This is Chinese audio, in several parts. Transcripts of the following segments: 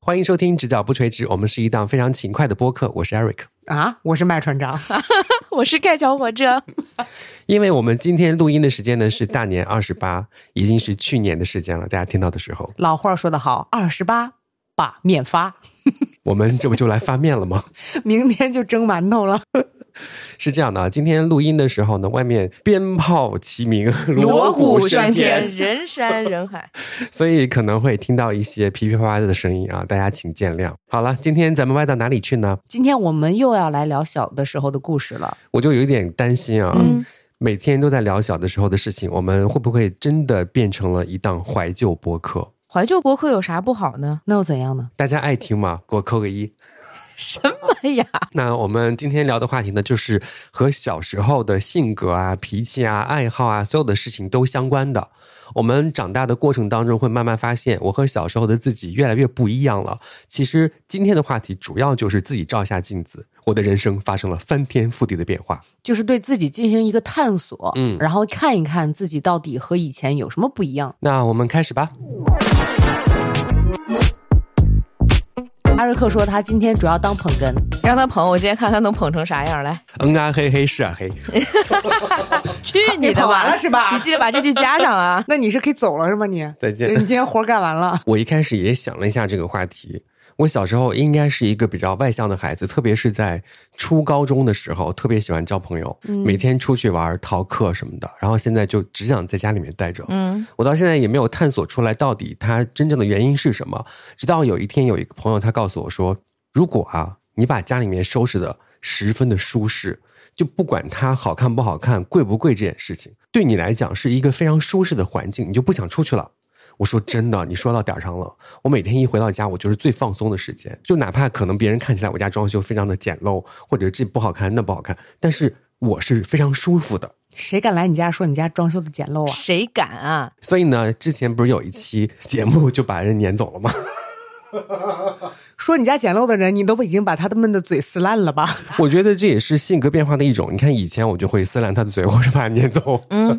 欢迎收听《直角不垂直》，我们是一档非常勤快的播客，我是 Eric。啊，我是麦船长， 我是盖小火车，因为我们今天录音的时间呢是大年二十八，已经是去年的时间了。大家听到的时候，老话说得好，二十八把面发，我们这不就来发面了吗？ 明天就蒸馒头了。是这样的啊，今天录音的时候呢，外面鞭炮齐鸣，锣鼓喧天，人山人海。所以可能会听到一些噼噼啪啪的声音啊，大家请见谅。好了，今天咱们歪到哪里去呢？今天我们又要来聊小的时候的故事了。我就有一点担心啊，嗯每天都在聊小的时候的事情，我们会不会真的变成了一档怀旧播客？怀旧博客有啥不好呢？那又怎样呢？ 哎大家爱听吗？给我扣个一。什么呀？那我们今天聊的话题呢，就是和小时候的性格啊、脾气啊、爱好啊，所有的事情都相关的。我们长大的过程当中，会慢慢发现，我和小时候的自己越来越不一样了。其实今天的话题主要就是自己照下镜子，我的人生发生了翻天覆地的变化。就是对自己进行一个探索，嗯然后看一看自己到底和以前有什么不一样。那我们开始吧。艾瑞克说他今天主要当捧哏，让他捧，我今天看他能捧成啥样来。嗯啊，嘿嘿，是啊，嘿。去你的捧 吧！完了是吧。你记得把这句加上啊 那你是可以走了是吗你？再见对你今天活儿干完了。我一开始也想了一下这个话题。我小时候应该是一个比较外向的孩子，特别是在初高中的时候，特别喜欢交朋友，每天出去玩、逃课什么的。然后现在就只想在家里面待着。嗯，我到现在也没有探索出来到底它真正的原因是什么。直到有一天，有一个朋友他告诉我说，如果啊，你把家里面收拾的十分的舒适，就不管它好看不好看、贵不贵这件事情，对你来讲是一个非常舒适的环境，你就不想出去了。我说真的，你说到点儿上了。我每天一回到家，我就是最放松的时间。就哪怕可能别人看起来我家装修非常的简陋，或者这不好看那不好看，但是我是非常舒服的。谁敢来你家说你家装修的简陋啊？谁敢 啊？所以呢，之前不是有一期节目就把人撵走 了吗？说你家简陋的人，你都已经把他们的嘴撕烂了吧？我觉得这也是性格变化的一种。你看以前我就会撕烂他的嘴，或者把他撵走， 嗯，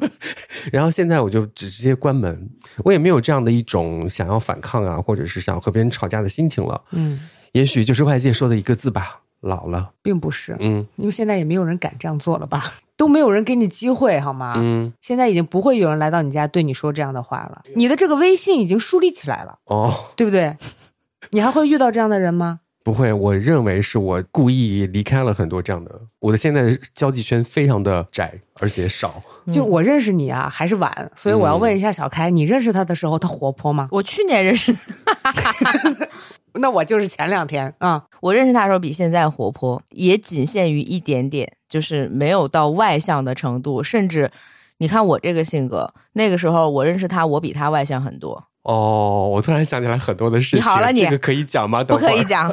然后现在我就直接关门，我也没有这样的一种想要反抗啊，或者是想要和别人吵架的心情了。嗯，也许就是外界说的一个字吧，老了，并不是，嗯因为现在也没有人敢这样做了吧？都没有人给你机会好啊吗？嗯，现在已经不会有人来到你家对你说这样的话了。你的这个威信已经树立起来了，哦。对不对？你还会遇到这样的人吗？不会，我认为是我故意离开了很多这样的。我的现在的交际圈非常的窄，而且少。就我认识你啊，还是晚，所以我要问一下小开，你认识他的时候他活泼吗？ 我去年认识那我就是前两天啊，我认识他的时候比现在活泼，也仅限于一点点，就是没有到外向的程度，甚至。你看我这个性格，那个时候我认识他，我比他外向很多。哦，我突然想起来很多的事情。你好了你这个可以讲吗？不等会可儿 以讲，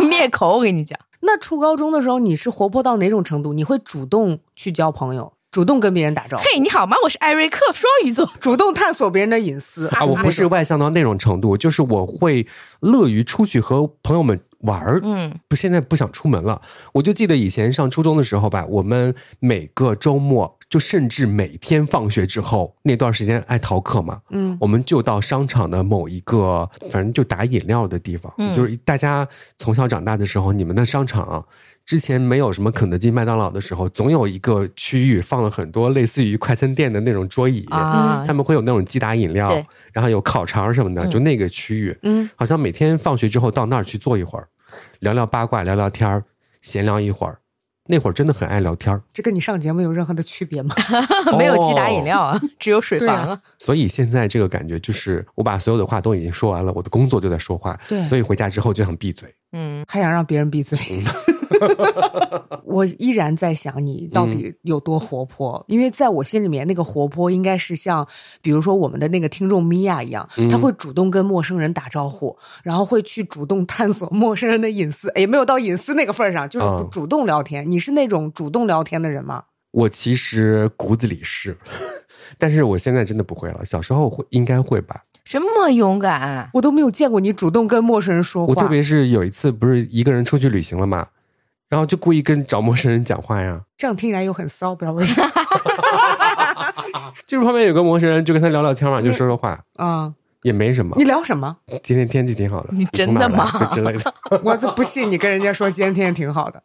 灭口！我跟你讲，那初高中的时候你是活泼到哪种程度？你会主动去交朋友，主动跟别人打招呼，嘿，你好吗？我是艾瑞克，双鱼座。主动探索别人的隐私啊，我不是外向到那种程度，就是我会乐于出去和朋友们玩儿。嗯，不，现在不想出门了。我就记得以前上初中的时候吧，我们每个周末，就甚至每天放学之后那段时间爱逃课嘛，嗯，我们就到商场的某一个，反正就打饮料的地方，嗯就是大家从小长大的时候，你们的商场、啊、之前没有什么肯德基、麦当劳的时候，总有一个区域放了很多类似于快餐店的那种桌椅，嗯啊他，们会有那种鸡打饮料对，然后有烤肠什么的，嗯就那个区域，嗯，好像每天放学之后到那儿去坐一会儿，聊聊八卦，聊聊天儿，闲聊一会儿。那会儿真的很爱聊天儿，这跟你上节目有任何的区别吗？ 没有鸡打饮料啊，只有水房哦对啊。所以现在这个感觉就是，我把所有的话都已经说完了，我的工作就在说话，对所以回家之后就想闭嘴。嗯，还想让别人闭嘴。嗯 我依然在想你到嗯底有多活泼，因为在我心里面，那个活泼应该是像，比如说我们的那个听众米娅一样，嗯她会主动跟陌生人打招呼，然后会去主动探索陌生人的隐私，哎也没有到隐私那个份儿上，就是嗯主动聊天。你是那种主动聊天的人吗？我其实骨子里是， 但是我现在真的不会了。小时候会应该会吧，这么勇敢，我都没有见过你主动跟陌生人说话。我特别是有一次不是一个人出去旅行了嘛，然后就故意跟找陌生人讲话呀，这样听起来又很骚，不知道为啥嗯就是旁边有个陌生人就跟他聊聊天嘛，就说说话。 啊。也没什么你。聊什么？今天天气挺好的，你真从哪的儿来吗就之类 的。我就不信你跟人家说今天挺 好的。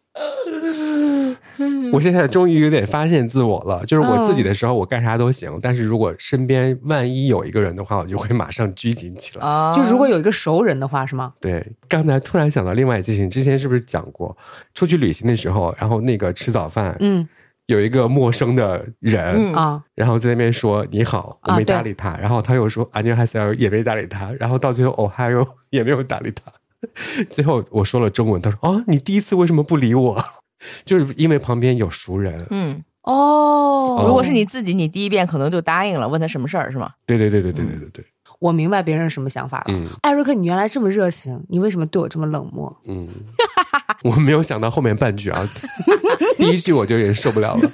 我现在终于有点发现自我了，就是我自己的嗯时候，我干啥都行，但是如果身边万一有一个人的话，我就会马上拘谨起来。啊就如果有一个熟人的话，是吗？对，刚才突然想到另外一件事情，之前是不是讲过，出去旅行的时候，然后那个吃早饭，嗯有一个陌生的人，嗯啊，然后在那边说你好，我啊没搭对理他，然后他又说啊 안녕하세요，也没搭理他，然后到最后 Ohio 也没有搭理他， 最后我说了中文，他说哦，你第一次为什么不理我？ 就是因为旁边有熟人，嗯，哦如果是你自己，你第一遍可能就答应了，问他什么事儿是吗？ 对对对对对对对对，我明白别人什么想法了。嗯艾瑞克，你原来这么热情，你为什么对我这么冷漠？嗯，我没有想到后面半句啊， 第一句我就有点受不了了。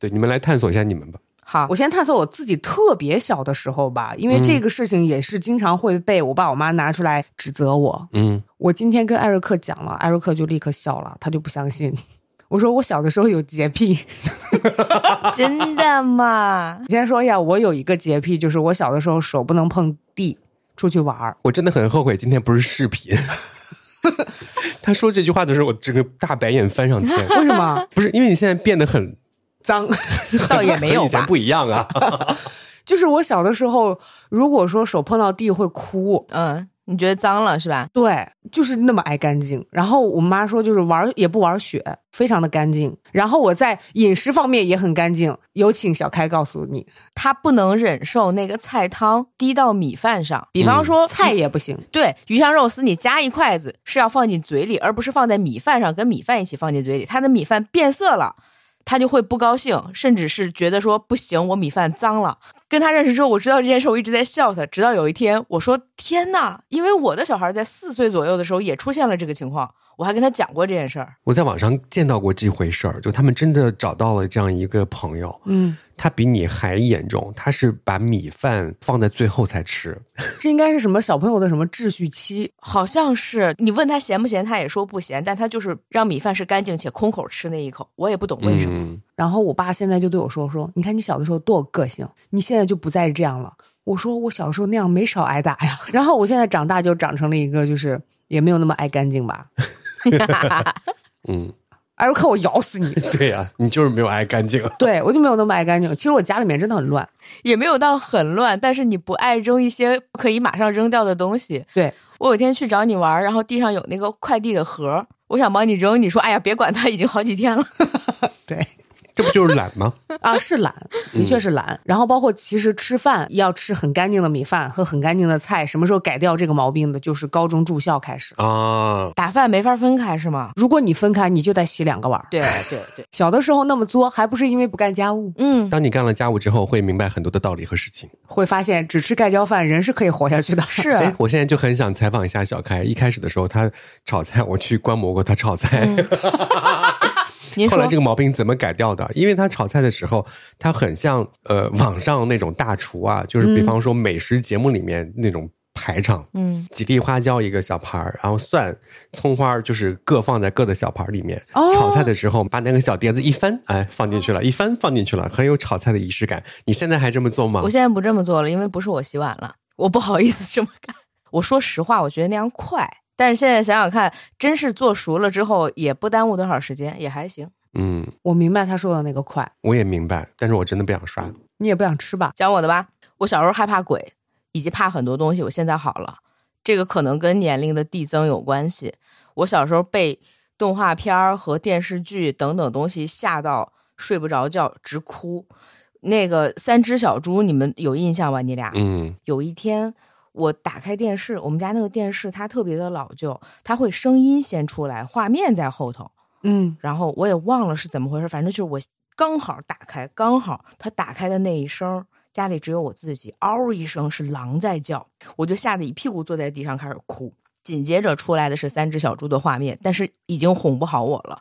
对，你们来探索一下你们吧。好我，先探索我自己特别小的时候吧，因为这个事情也是经常会被我爸我妈拿出来指责我。嗯，我今天跟艾瑞克讲了，艾瑞克就立刻笑了，他就不相信。 我说我小的时候有洁癖，真的吗？你先说呀，我有一个洁癖，就是我小的时候手不能碰地，出去玩儿。我真的很后悔今天不是视频。他说这句话的时候，我整个大白眼翻上 天。为什么不是因为你现在变得很脏？ 倒也没和有以前吧。不一样 啊。就是我小的时候，如果说手碰到地会哭，嗯，你觉得脏了是吧？对，就是那么爱干净。然后我妈说，就是玩儿也不玩雪，非常的干净。然后我在饮食方面也很干净。有请小开告诉你，他不能忍受那个菜汤滴到米饭上，比方说菜也。也不行。对，鱼香肉丝你夹一筷子是要放进嘴里，而不是放在米饭上跟米饭一起放进嘴里。他的米饭变色了，他就会不高兴，甚至是觉得说不行，我米饭脏了。跟他认识之后，我知道这件事，我一直在笑他。直到有一天，我说天呐，因为我的小孩在四岁左右的时候也出现了这个情况，我还跟他讲过这件事儿。我在网上见到过这回事儿，就他们真的找到了这样一个朋友，嗯，他比你还严重，他是把米饭放在最后才吃。这应该是什么小朋友的什么秩序期？好像是你问他咸不咸，他也说不咸，但他就是让米饭是干净且空口吃那一口，我也不懂为什么。嗯，然后我爸现在就对我说：“说你看你小的时候多有个性，你现在就不再这样了。”我说：“我小时候那样没少挨打呀。”然后我现在长大就长成了一个就是也没有那么爱干净吧。嗯，艾瑞克，我咬死你！对呀、你就是没有爱干 净。对我就没有那么爱干净。其实我家里面真的很乱，也没有到很乱，但是你不爱扔一些可以马上扔掉的东西。对我有一天去找你玩儿，然后地上有那个快递的盒儿，我想帮你扔，你说哎呀别管它，已经好几天了。 对这不就是懒吗？啊，是懒，的确是懒。然后包括其实吃饭要吃很干净的米饭和很干净的菜。什么时候改掉这个毛病的？就是高中住校开始。啊，打饭没法分开是吗？如果你分开，你就得洗两个碗儿。对哎对对，小的时候那么作，还不是因为不干家务？嗯，当你干了家务之后，会明白很多的道理和事情。会发现只吃盖浇饭，人是可以活下去的。是啊哎，我现在就很想采访一下小开。一开始的时候，他炒菜，我去观摩过他炒菜。嗯您后说来这个毛病怎么改掉的？因为他炒菜的时候，他很像呃网上那种大厨啊，就是比方说美食节目里面那种排场，嗯，几粒花椒一个小盘儿，然后蒜、葱花就是各放在各的小盘儿里面。哦炒菜的时候把那个小碟子一翻，哎，放进去了，一翻放进去了，很有炒菜的仪式感。你现在还这么做吗我？现在不这么做了，因为不是我洗碗了，我不好意思这么干。我说实话，我觉得那样快，但是现在想想看，真是做熟了之后也不耽误多少时间，也还行。嗯， 我明白他说的那个快，我也明白，但是我真的不想刷。你也不想吃吧？讲我的吧。我小时候害怕鬼，以及怕很多东西，我现在好了。这个可能跟年龄的递增有关系。我小时候被动画片儿和电视剧等等东西吓到睡不着觉，直哭。那个三只小猪，你们有印象吧？你俩、嗯有一天，我打开电视，我们家那个电视它特别的老旧，它会声音先出来，画面在后头。嗯，然后我也忘了是怎么回事，反正就是我刚好打开，刚好他打开的那一声儿，家里只有我自己，嗷一声是狼在叫，我就吓得一屁股坐在地上开始哭。紧接着出来的是三只小猪的画面，但是已经哄不好我了，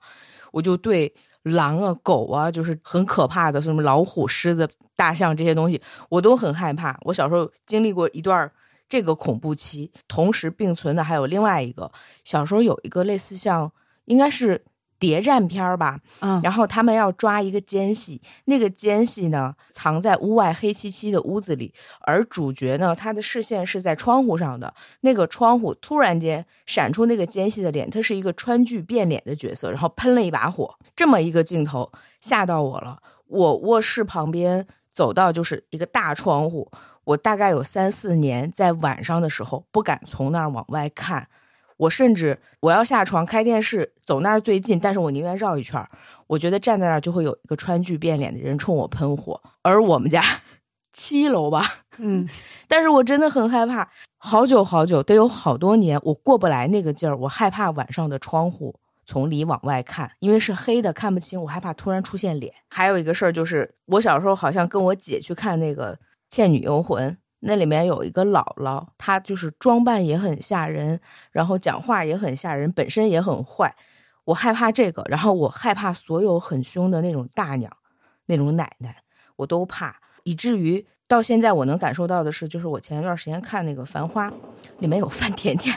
我就对狼啊、狗啊，就是很可怕的什么老虎、狮子、大象这些东西，我都很害怕。我小时候经历过一段儿这个恐怖期，同时并存的还有另外一个，小时候有一个类似像应该是谍战片儿吧，嗯，然后他们要抓一个奸细，那个奸细呢藏在屋外黑漆漆的屋子里，而主角呢他的视线是在窗户上的，那个窗户突然间闪出那个奸细的脸，他是一个川剧变脸的角色，然后喷了一把火，这么一个镜头吓到我了。我卧室旁边走到就是一个大窗户，我大概有三四年在晚上的时候不敢从那儿往外看。我甚至我要下床开电视，走那儿最近，但是我宁愿绕一圈儿。我觉得站在那儿就会有一个川剧变脸的人冲我喷火，而我们家 七楼吧，嗯，但是我真的很害怕，好久好久，得有好多年，我过不来那个劲儿，我害怕晚上的窗户从里往外看，因为是黑的，看不清，我害怕突然出现脸。还有一个事儿就是，我小时候好像跟我姐去看那个《倩女幽魂》，那里面有一个姥姥，她就是装扮也很吓人，然后讲话也很吓人，本身也很坏，我害怕这个，然后我害怕所有很凶的那种大娘、那种奶奶，我都怕，以至于到现在我能感受到的是，就是我前一段时间看那个《繁花》，里面有 范甜甜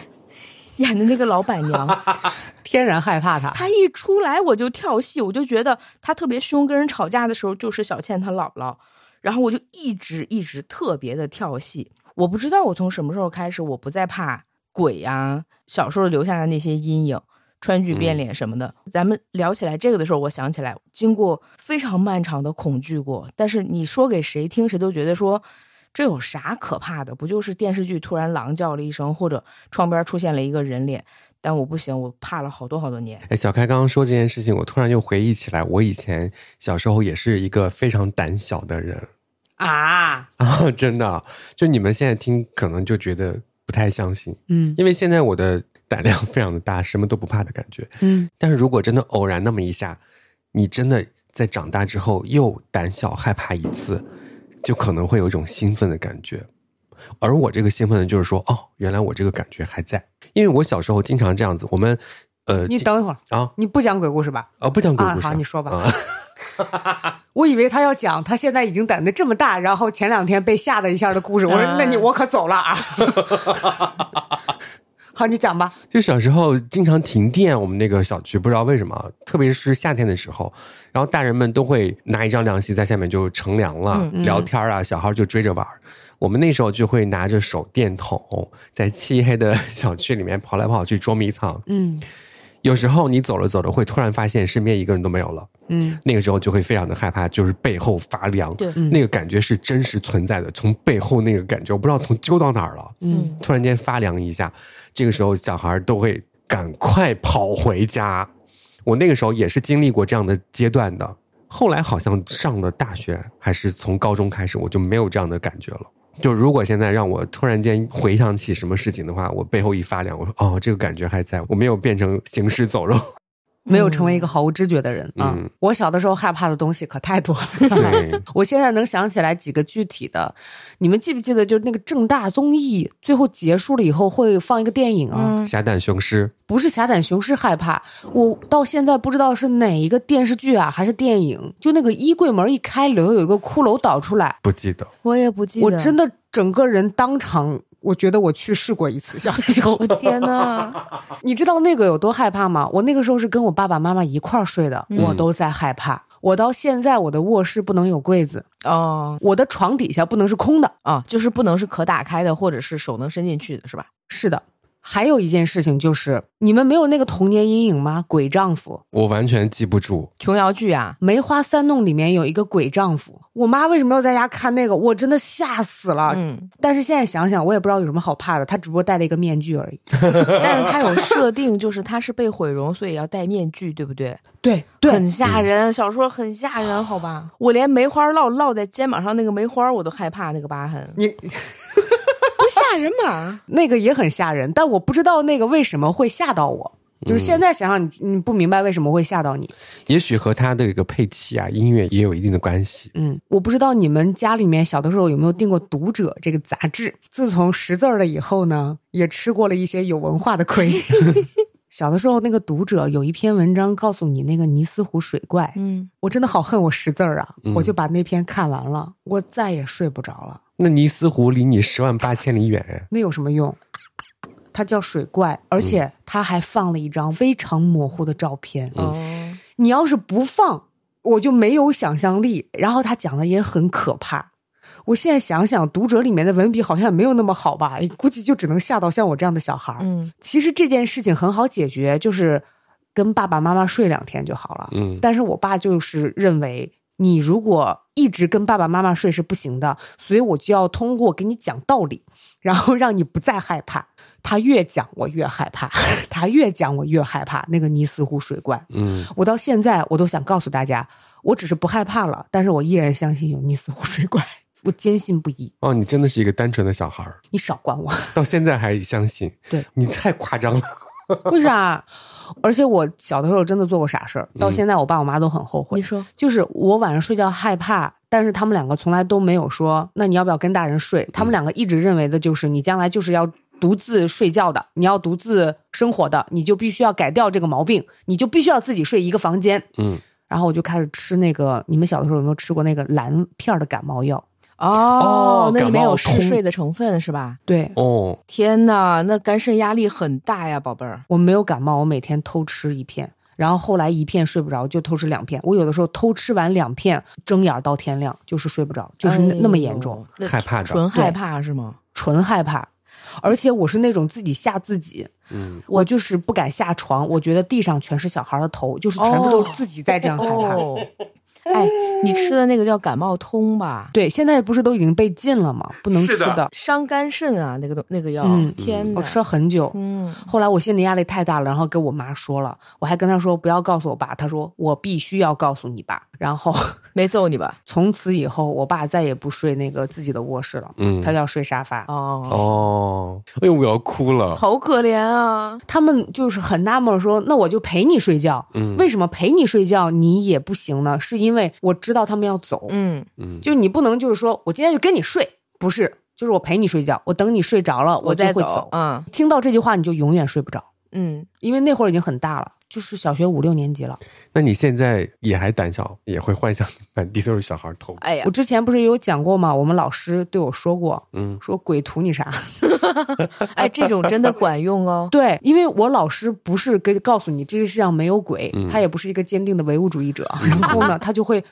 演的那个老板娘， 天然害怕他。她一出来我就跳戏，我就觉得她特别凶，跟人吵架的时候就是小倩她姥姥，然后我就一直一直特别的跳戏。我不知道我从什么时候开始，我不再怕鬼啊，小时候留下的那些阴影。川剧变脸什么的，咱们聊起来这个的时候，我想起来，经过非常漫长的恐惧过，但是你说给谁听，谁都觉得说这有啥可怕的？不就是电视剧突然狼叫了一声，或者窗边出现了一个人脸？但我不行，我怕了好多好多年。哎，小开刚刚说这件事情，我突然又回忆起来，我以前小时候也是一个非常胆小的人啊，啊， 真的。就你们现在听，可能就觉得不太相信，嗯因为现在我的胆量非常的大，什么都不怕的感觉。嗯，但是如果真的偶然那么一下，你真的在长大之后又胆小害怕一次，就可能会有一种兴奋的感觉。而我这个兴奋的就是说，哦，原来我这个感觉还在，因为我小时候经常这样子。我们，呃，经你等一会儿，啊你不讲鬼故事吧？啊，不讲鬼故事、啊好你说吧啊我以为他要讲他现在已经胆子这么大，然后前两天被吓的一下的故事。我说啊，那你我可走了 啊。好，你讲吧。就小时候经常停电，我们那个小区不知道为什么，特别是夏天的时候，然后大人们都会拿一张凉席在下面就乘凉了，嗯嗯聊天啊，小孩就追着玩儿。我们那时候就会拿着手电筒，在漆黑的 小区里面跑来跑去捉迷藏。嗯有时候你走着走着，会突然发现身边一个人都没有了，嗯那个时候就会非常的害怕，就是背后发凉。对嗯那个感觉是真实存在的，从背后那个感觉，我不知道从揪到哪儿了。嗯，突然间发凉一下，这个时候小孩都会赶快跑回家。我那个时候也是经历过这样的阶段的，后来好像上了大学还是从高中开始，我就没有这样的感觉了。就如果现在让我突然间回想起什么事情的话，我背后一发凉，我说哦，这个感觉还在，我没有变成行尸走肉。没有成为一个毫无知觉的人啊嗯。我小的时候害怕的东西可太多了。对， 我现在能想起来几个具体的，你们记不记得？就是那个正大综艺最后结束了以后会放一个电影啊，嗯侠胆雄狮，不是侠胆雄狮害怕，我到现在不知道是哪一个电视剧啊，还是电影，就那个衣柜门一开，里头有一个骷髅倒出来，不记得。我也不记得，我真的整个人当场。我觉得我去世过一 次，小的时候，天呐，你知道那个有多害怕吗？我那个时候是跟我爸爸妈妈一块儿睡的，嗯我都在害怕。我到现在，我的卧室不能有柜子，哦我的床底下不能是空的。哦，就是不能是可打开的，或者是手能伸进去的，是吧？是的，还有一件事情就是，你们没有那个童年阴影吗？鬼丈夫，我完全记不住，琼瑶剧啊《梅花三弄》里面有一个鬼丈夫，我妈为什么要在家看那个？我真的吓死了。 嗯，但是现在想想，我也不知道有什么好怕的，她只不过戴了一个面具而已。但是它有设定，就是它是被毁容，所以要戴面具，对不对？对对很，吓人，小说很吓人，好吧？我连梅花烙烙在肩膀上那个梅花，我都害怕那个疤痕， 你不吓人吧？那个也很吓人，但我不知道那个为什么会吓到我。就是现在想想，你你不明白为什么会吓到你。也许和他的一个配器啊、音乐也有一定的关系。嗯，我不知道你们家里面小的时候有没有订过《读者》这个杂志。自从识字儿了以后呢，也吃过了一些有文化的亏。小的时候，那个《读者》有一篇文章告诉你那个尼斯湖水怪，嗯，我真的好恨我识字儿啊！嗯我就把那篇看完了，我再也睡不着了，那尼斯湖离你十万八千里远，哎那有什么用？它叫水怪，而且它还放了一张非常模糊的照片。嗯哦，你要是不放，我就没有想象力。然后他讲的也很可怕。我现在想想，读者里面的文笔好像也没有那么好吧，估计就只能吓到像我这样的小孩儿。嗯其实这件事情很好解决，就是跟爸爸妈妈睡两天就好了。嗯但是我爸就是认为，你如果一直跟爸爸妈妈睡是不行的，所以我就要通过给你讲道理，然后让你不再害怕。他越讲我越害怕， 他越讲我越害怕。那个尼斯湖水怪，嗯，我到现在我都想告诉大家，我只是不害怕了，但是我依然相信有尼斯湖水怪，我坚信不疑。哦，你真的是一个单纯的小孩儿，你少管我。 到现在还相信，对你太夸张了。为啥？ 而且我小的时候真的做过傻事儿，到嗯现在我爸我妈都很后悔。你说就是我晚上睡觉害怕，但是他们两个从来都没有说，那你要不要跟大人睡？嗯他们两个一直认为的就是你将来就是要独自睡觉的，你要独自生活的，你就必须要改掉这个毛病，你就必须要自己睡一个房间。嗯，然后我就开始吃那个，你们小的时候有没有吃过那个蓝片儿的感冒药？哦哦，那感里面冒有嗜通睡的成分是吧？对哦，天呐，那肝肾压力很大呀，宝贝儿。我没有感冒，我每天偷吃一片，然后后来一片睡不着，就偷吃两片。我有的时候偷吃完两片，睁眼儿到天亮，就是睡不着，就是那哎那么严呦重，，那害怕的，纯害哦对怕是吗？纯害怕。而且我是那种自己吓自己，嗯，我就是不敢下床，我觉得地上全是小孩儿的头，就是全部都是自己在这样害怕。哦，哎，你吃的那个叫感冒通吧？对，现在不是都已经被禁了吗？不能吃是的的。伤肝肾啊，那个东那个药，嗯天呐，我吃了很久，嗯，后来我心理压力太大了，然后跟我妈说了，我还跟她说不要告诉我爸，她说我必须要告诉你爸。然后 没揍你吧？从此以后，我爸再也不睡那个自己的卧室了，嗯他就要睡沙发。哦，哦，哎呦，我要哭了。好可怜啊！他们就是很纳闷说，那我就陪你睡觉，嗯，为什么陪你睡觉你也不行呢？是因为我知道他们要走，嗯，嗯，就你不能就是说我今天就跟你睡，不是，就是我陪你睡觉，我等你睡着了，我就再会走。走，嗯听到这句话你就永远睡不着，嗯，因为那会儿已经很大了，就是小学五六年级了。那你现在也还胆小，也会幻想满地都是小孩头。哎呀我，之前不是有讲过吗？我们老师对我说过，嗯说鬼图你啥？。哎，这种真的管用哦对，因为我老师不是跟告诉你这个世上没有鬼，嗯他也不是一个坚定的唯物主义者，啊然后 呢，他就会，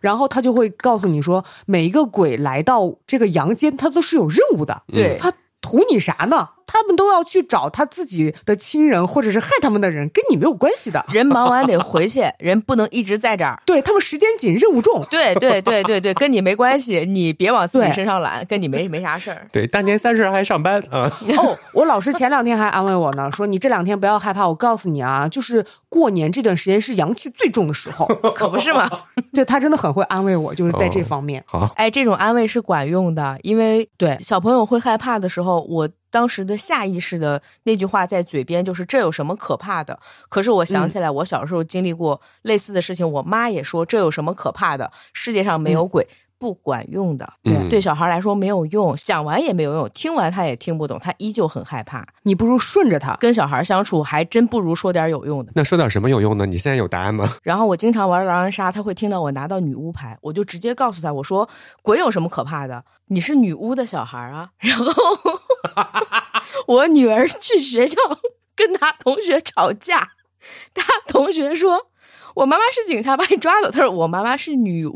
然后他就会告诉你说，每一个鬼来到这个阳间，他都是有任务的，嗯对他图你啥呢？他们都要去找他自己的亲人或者是害他们的人，跟你没有关系的。人忙完得回去，人不能一直在这儿。对他们时间紧，任务重。对对对对对，跟你没关系，你别往自己对身上揽，跟你没没啥 事儿。对，大年三十还上班啊。哦，我老师前两天还安慰我呢，说你这两天不要害怕，我告诉你啊，就是过年这段时间是阳气最重的时候。 可不是嘛。对他真的很会安慰我，就是在这哦方面。好，哎，这种安慰是管用的，因为对小朋友会害怕的时候，我当时的下意识的那句话在嘴边就是“这有什么可怕的”。可是我想起来，我小时候经历过类似的事情，我妈也说“这有什么可怕的”，世界上没有鬼，不管用的。嗯对，小孩来说没有用，讲完也没有用，听完他也听不懂，他依旧很害怕。你不如顺着他。跟小孩相处还真不如说点有用的。那说点什么有用呢？你现在有答案吗？ 然后我经常玩狼人杀，他会听到我拿到女巫牌，我就直接告诉他，我说鬼有什么可怕的？你是女巫的小孩啊。 然后我女儿去学校跟她同学吵架，她同学说。我妈妈是警察，把你抓走。他说我妈妈是女巫，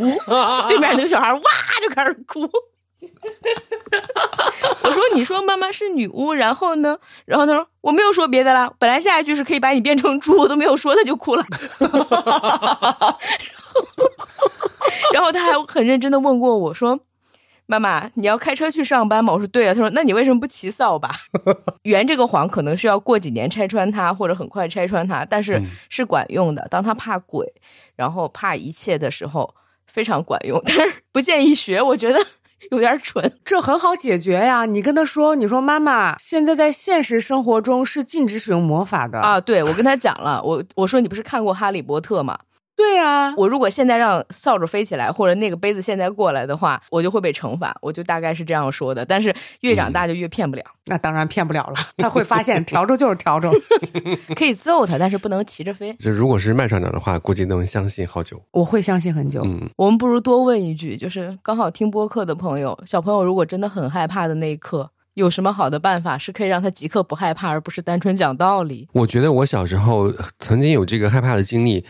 对面那个小孩哇就开始哭。 我说你说妈妈是女巫，然后呢？然后他说我没有说别的啦，本来下一句是可以把你变成猪，我都没有说，他就哭了。 然后他还很认真的问过我说：“妈妈，你要开车去上班吗？”我说：“对啊。”他说：“那你为什么不骑扫把？” 圆这个谎可能需要过几年拆穿它，或者很快拆穿它，但是嗯是管用的。当他怕鬼，然后怕一切的时候，非常管用。 但是不建议学，我觉得有点蠢。这很好解决呀！你跟他说，你说妈妈，现在在现实生活中是禁止使用魔法的。啊，对，我跟他讲了，我我说你不是看过《哈利波特》吗？对啊，我如果现在让扫帚飞起来，或者那个杯子现在过来的话，我就会被惩罚。我就大概是这样说的，但是越长大就越骗不了，那当然骗不了了，他会发现笤帚就是笤帚。可以揍他，但是不能骑着飞。就如果是麦船长的话，估计能相信好久。 我会相信很久。嗯我们不如多问一句，就是刚好听播客的朋友，小朋友如果真的很害怕的那一刻，有什么好的办法是可以让他即刻不害怕，而不是单纯讲道理？我觉得我小时候呃曾经有这个害怕的经历，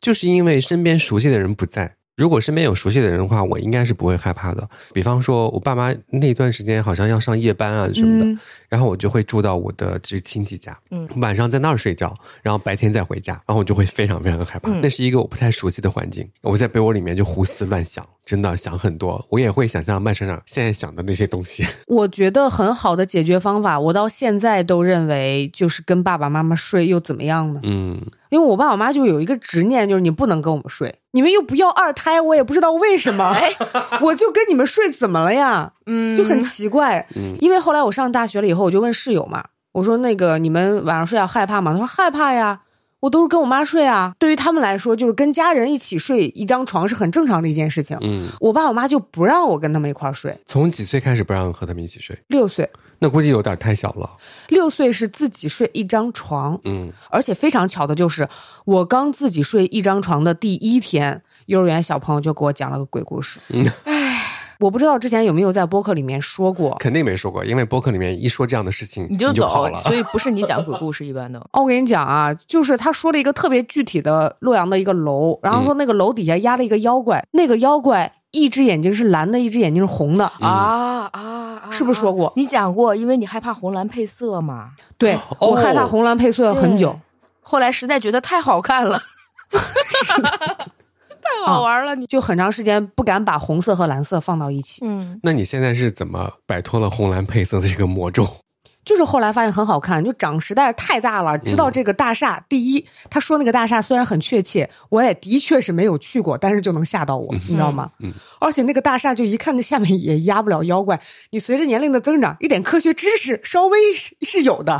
就是因为身边熟悉的人不在。如果身边有熟悉的人的话，我应该是不会害怕的。比方说，我爸妈那段时间好像要上夜班啊什么的，嗯然后我就会住到我的这个亲戚家，嗯，晚上在那儿睡觉，然后白天再回家，然后我就会非常非常的害怕。嗯那是一个我不太熟悉的环境，我在被窝里面就胡思乱想，真的想很多。我也会想象麦社长现在想的那些东西。我觉得很好的解决方法，我到现在都认为就是跟爸爸妈妈睡又怎么样呢？嗯，因为我爸我妈就有一个执念，就是你不能跟我们睡，你们又不要二胎，我也不知道为什么，哎我就跟你们睡怎么了呀？嗯就很奇怪。嗯因为后来我上大学了以后，我就问室友嘛，我说那个你们晚上睡觉害怕吗？他说害怕呀，我都是跟我妈睡啊。对于他们来说，就是跟家人一起睡一张床是很正常的一件事情。嗯，我爸我妈就不让我跟他们一块儿睡，从几岁开始不让和他们一起睡？六岁，那估计有点太小了。六岁是自己睡一张床，嗯，而且非常巧的就是，我刚自己睡一张床的第一天，幼儿园小朋友就给我讲了个鬼故事。嗯唉，我不知道之前有没有在播客里面说过。肯定没说过，因为播客里面一说这样的事情，你就走跑，了。所以不是你讲鬼故事一般的。哦，我跟你讲啊，就是他说了一个特别具体的洛阳的一个楼，然后说那个楼底下压了一个妖怪，那个妖怪一只眼睛是蓝的，一只眼睛是红的。啊啊啊！是不是说过啊你讲过，因为你害怕红蓝配色嘛。对、我害怕红蓝配色很久对，后来实在觉得太好看 了，太好玩了你。就很长时间不敢把红色和蓝色放到一起。嗯，那你现在是怎么摆脱了红蓝配色的这个魔咒？就是后来发现很好看，就长实在是太大了。嗯知道这个大厦，第一，他说那个大厦虽然很确切，我也的确是没有去过，但是就能吓到我，你知道吗？嗯嗯而且那个大厦就一看，那下面也压不了妖怪。你随着年龄的增长，一点科学知识稍微是是有的。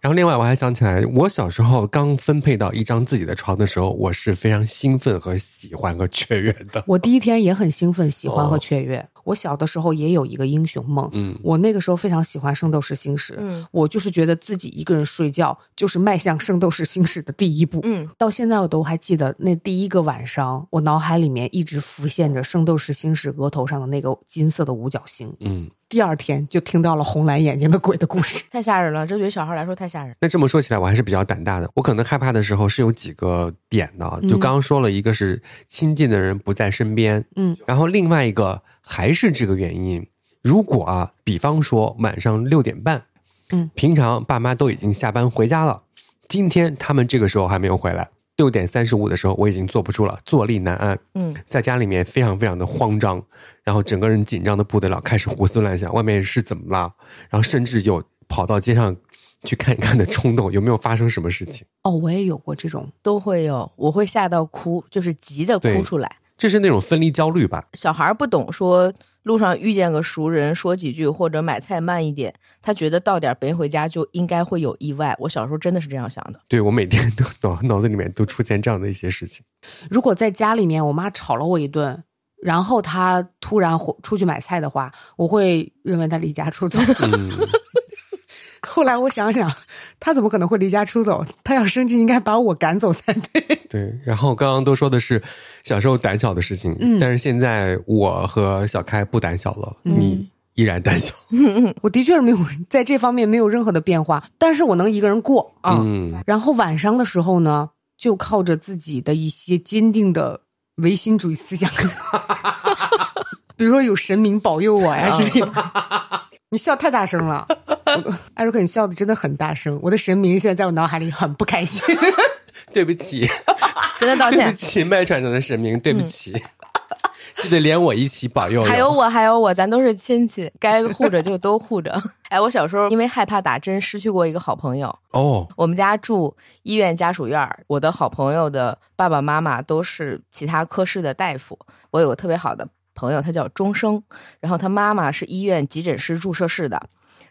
然后另外我还想起来，我小时候刚分配到一张自己的床的时候，我是非常兴奋和喜欢和雀跃的。我第一天也很兴奋，喜欢哦和雀跃。我小的时候也有一个英雄梦，嗯我那个时候非常喜欢《圣斗士星矢》，嗯我就是觉得自己一个人睡觉就是迈向《圣斗士星矢》的第一步。嗯，。到现在我都还记得那第一个晚上，我脑海里面一直浮现着《圣斗士星矢》额头上的那个金色的五角星。嗯，第二天就听到了红蓝眼睛的鬼的故事 太吓人了，这对于小孩来说太吓人。那这么说起来，我还是比较胆大的。我可能害怕的时候是有几个点的，就刚刚说了一个是亲近的人不在身边，嗯，然后另外一个还是这个原因。如果啊，比方说晚上六点半，嗯，平常爸妈都已经下班回家了，今天他们这个时候还没有回来，六点三十五的时候我已经坐不住了，坐立难安，嗯，在家里面非常非常的慌张，然后整个人紧张的不得了，开始胡思乱想外面是怎么了，然后甚至有跑到街上去看一看的冲动，有没有发生什么事情？哦，我也有过这种，都会有，我会吓到哭，就是急的对哭出来。这是那种分离焦虑吧？小孩不懂说。路上遇见个熟人，说几句或者买菜慢一点，他觉得到点儿没回家就应该会有意外。我小时候真的是这样想的。对我每天都脑脑子里面都出现这样的一些事 情。如果在家里面我妈吵了我一顿，然后她突然回出去买菜的话，我会认为她离家出走。 嗯，后来我想想，她怎么可能会离家出走？她要生气，应该把我赶走才对。 对。然后刚刚都说的是小时候胆小的事情，嗯但是现在我和小开不胆小了，嗯你依然胆小。我的确是没有在这方面没有任何的变化，但是我能一个人过哦啊。嗯然后晚上的时候呢，就靠着自己的一些坚定的唯心主义思想， 比如说有神明保佑我呀之类的。你笑太大声了，我艾瑞克，你笑的真的很大声，我的神明现在在我脑海里很不开心。 对不起，真的 道对歉嗯不，起，麦船长的神明，对不起， 记得连我一起保佑哟。还有我，还有我，咱都是亲戚，该护着就都护着。 哎，我小时候因为害怕打针，失去过一个好朋友。哦，我们家住医院家属院儿，我的好朋友的爸爸妈妈都是其他科室的大夫。我有个特别好的朋友，他叫钟生，然后他妈妈是医院急诊室注射室的，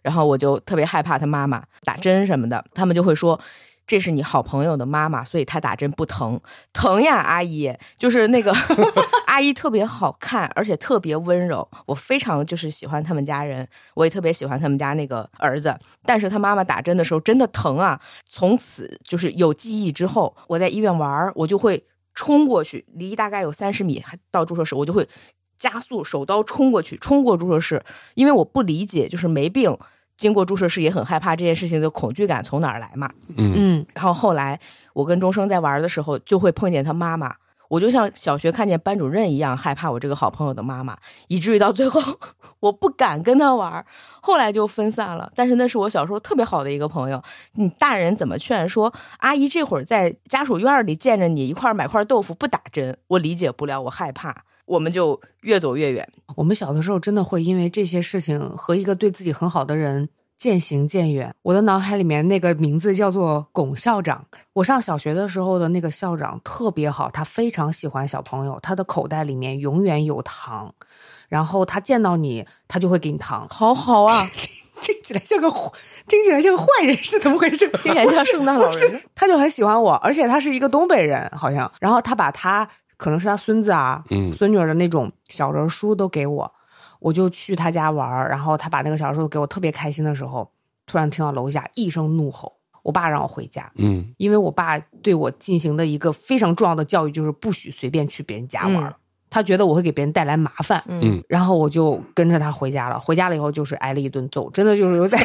然后我就特别害怕他妈妈打针什么的，他们就会说。这是你好朋友的妈妈，所以她打针不疼，疼呀，阿姨，就是那个 阿姨特别好看，而且特别温柔，我非常就是喜欢他们家人，我也特别喜欢他们家那个儿子，但是他妈妈打针的时候真的疼啊，从此就是有记忆之后，我在医院玩儿，我就会冲过去，离大概有三十米还到注射室，我就会加速手刀冲过去，冲过注射室，因为我不理解，就是没病经过注射室也很害怕这件事情的恐惧感从哪儿来嘛。嗯嗯然后后来我跟钟生在玩的时候，就会碰见他妈妈，我就像小学看见班主任一样害怕我这个好朋友的妈妈，以至于到最后我不敢跟他玩儿，后来就分散了。但是那是我小时候特别好的一个朋友，你大人怎么劝说阿姨这会儿在家属院里见着你一块儿买块豆腐不打针，我理解不了，我害怕。我们就越走越远，我们小的时候真的会因为这些事情和一个对自己很好的人渐行渐远。我的脑海里面那个名字叫做龚校长。我上小学的时候的那个校长特别好，他非常喜欢小朋友，他的口袋里面永远有糖，然后他见到你，他就会给你糖。 好好啊，听起来像个坏听起来像个坏人是怎么回事？ 听起来像圣诞老人。他就很喜欢我，而且他是一个东北人，好像。然后他把他可能是他孙子啊、嗯孙女儿的那种小人书都给我，我就去他家玩儿。然后他把那个小人书给我，特别开心的时候，突然听到楼下一声怒吼，我爸让我回家，嗯因为我爸对我进行的一个非常重要的教育就是不许随便去别人家玩儿，嗯他觉得我会给别人带来麻烦。嗯然后我就跟着他回家了。回家了以后就是挨了一顿揍，真的就是 有在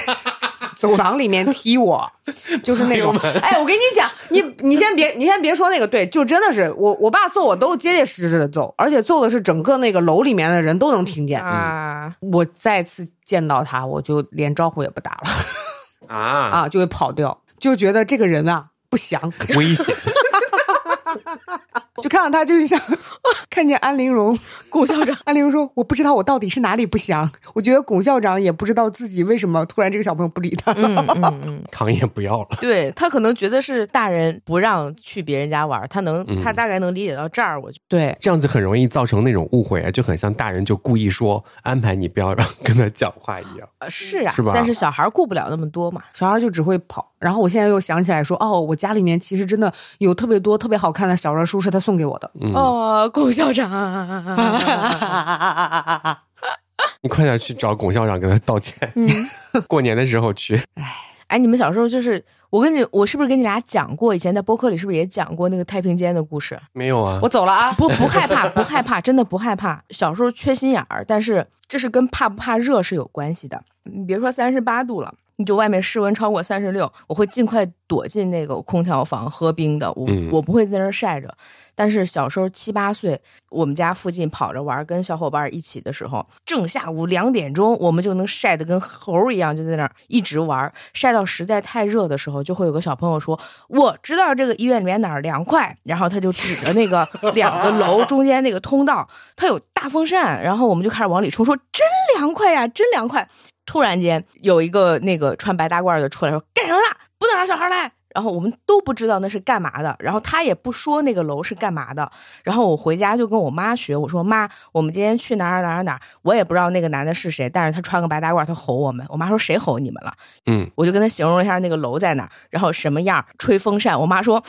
走廊里面踢我，就是那种。哎，我跟你讲，你你先别你先别说那个，对，就真的是我我爸揍我都是结结实实的揍，而且揍的是整个那个楼里面的人都能听见。啊，我再次见到他，我就连招呼也不打了啊，啊，就会跑掉，就觉得这个人啊不祥。危险，就看到他，就是 像看见安陵 容，龚校长。安陵容说：“我不知道我到底是哪里不祥。”我觉得龚校长也不知道自己为什么突然这个小朋友不理他。嗯嗯嗯，糖也不要了。 对他可能觉得是大人不让去别人家玩儿，他能、嗯他大概能理解到这儿，我就对，这样子很容易造成那种误会啊，就很像大人就故意说安排你不要让跟他讲话一样。呃是啊，是吧但是小孩儿顾不了那么多嘛，小孩就只会跑。然后我现在又想起来说：“哦，我家里面其实真的有特别多特别好看的小人书，是他送给我的。嗯，哦，龚校长，嗯你快点去找龚校长跟他道 歉。过年的时候去， 哎，你们小时候就是我跟你，我是不是跟你俩讲过？以前在播客里是不是也讲过那个太平间的故事？没有啊？我走了啊。不不害怕，不害怕，真的不害怕。小时候缺心眼儿，但是这是跟怕不怕热是有关系的。你别说三十八度了，你就外面室温超过三十六，我会尽快躲进那个空调房喝冰的，我嗯我不会在那儿晒着。但是小时候七八岁，我们家附近跑着玩，跟小伙伴一起的时候，正下午两点钟，我们就能晒得跟猴儿一样，就在那儿一直玩，晒到实在太热的时候，就会有个小朋友说：“我知道这个医院里面哪儿凉快。”然后他就指着那个两个楼中间那个通道，它有大风扇，然后我们就开始往里冲，说：“真凉快呀，真凉快！”突然间有一个那个穿白大褂的出来说：“干什么呢？不能让小孩来。”然后我们都不知道那是干嘛的，然后他也不说那个楼是干嘛的。然后我回家就跟我妈学，我说妈，我们今天去哪儿哪儿哪儿，我也不知道那个男的是谁，但是他穿个白大褂，他吼我们。我妈说谁吼你们了？嗯，我就跟他形容一下那个楼在哪儿，然后什么样儿，吹风扇。我妈说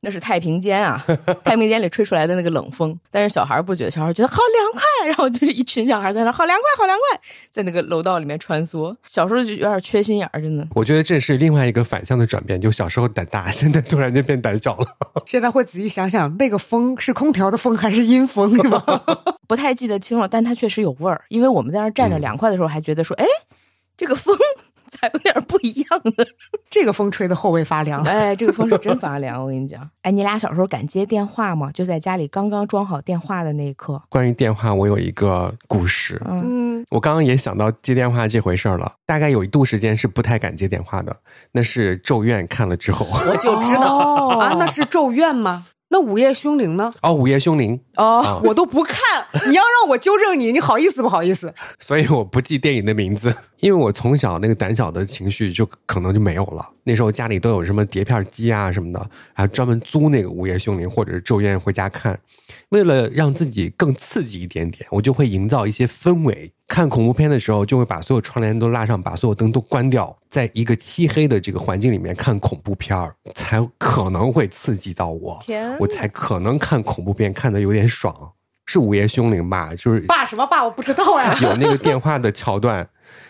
那是太平间 啊，太平间里吹出来的那个冷风。但是小孩儿不觉得，小孩儿觉得好凉快，然后就是一群小孩在那儿好凉快，好凉快，在那个楼道里面穿梭。小时候就有点缺心眼儿，真的。我觉得这是另外一个反向的转变，就小时候胆大，现在突然间变胆小了。 现在会仔细想想，那个风是空调的风还是阴风，是吧？ 不太记得清了，但它确实有味儿，因为我们在那儿站着嗯凉快的时候，还觉得说，哎、这个风 咋有点不一样呢？这个风吹的后背发凉。哎，这个风是真发凉，我跟你讲。哎，你俩小时候敢接电话吗？就在家里刚刚装好电话的那一刻，关于电话，我有一个故事。嗯嗯，我刚刚也想到接电话这回事儿了，大概有一度时间是不太敢接电话的，那是《咒怨》看了之后。我就知道、哦啊，那是咒怨吗？那午夜凶铃呢？ 哦，《午夜凶铃》，哦啊，我都不看，你要让我纠正你，你好意思不好意思？所以我不记电影的名字，因为我从小那个胆小的情绪就可能就没有了。那时候家里都有什么碟片机啊什么的，还专门租那个《午夜凶铃》或者是《咒怨》回家看。为了让自己更刺激一点点，我就会营造一些氛围。看恐怖片的时候，就会把所有窗帘都拉上，把所有灯都关掉，在一个漆黑的这个环境里面看恐怖片儿，才可能会刺激到我，天我才可能看恐怖片看的有点爽。是《午夜凶铃》吧？就是爸什么爸，我不知道呀、有那个电话的桥段，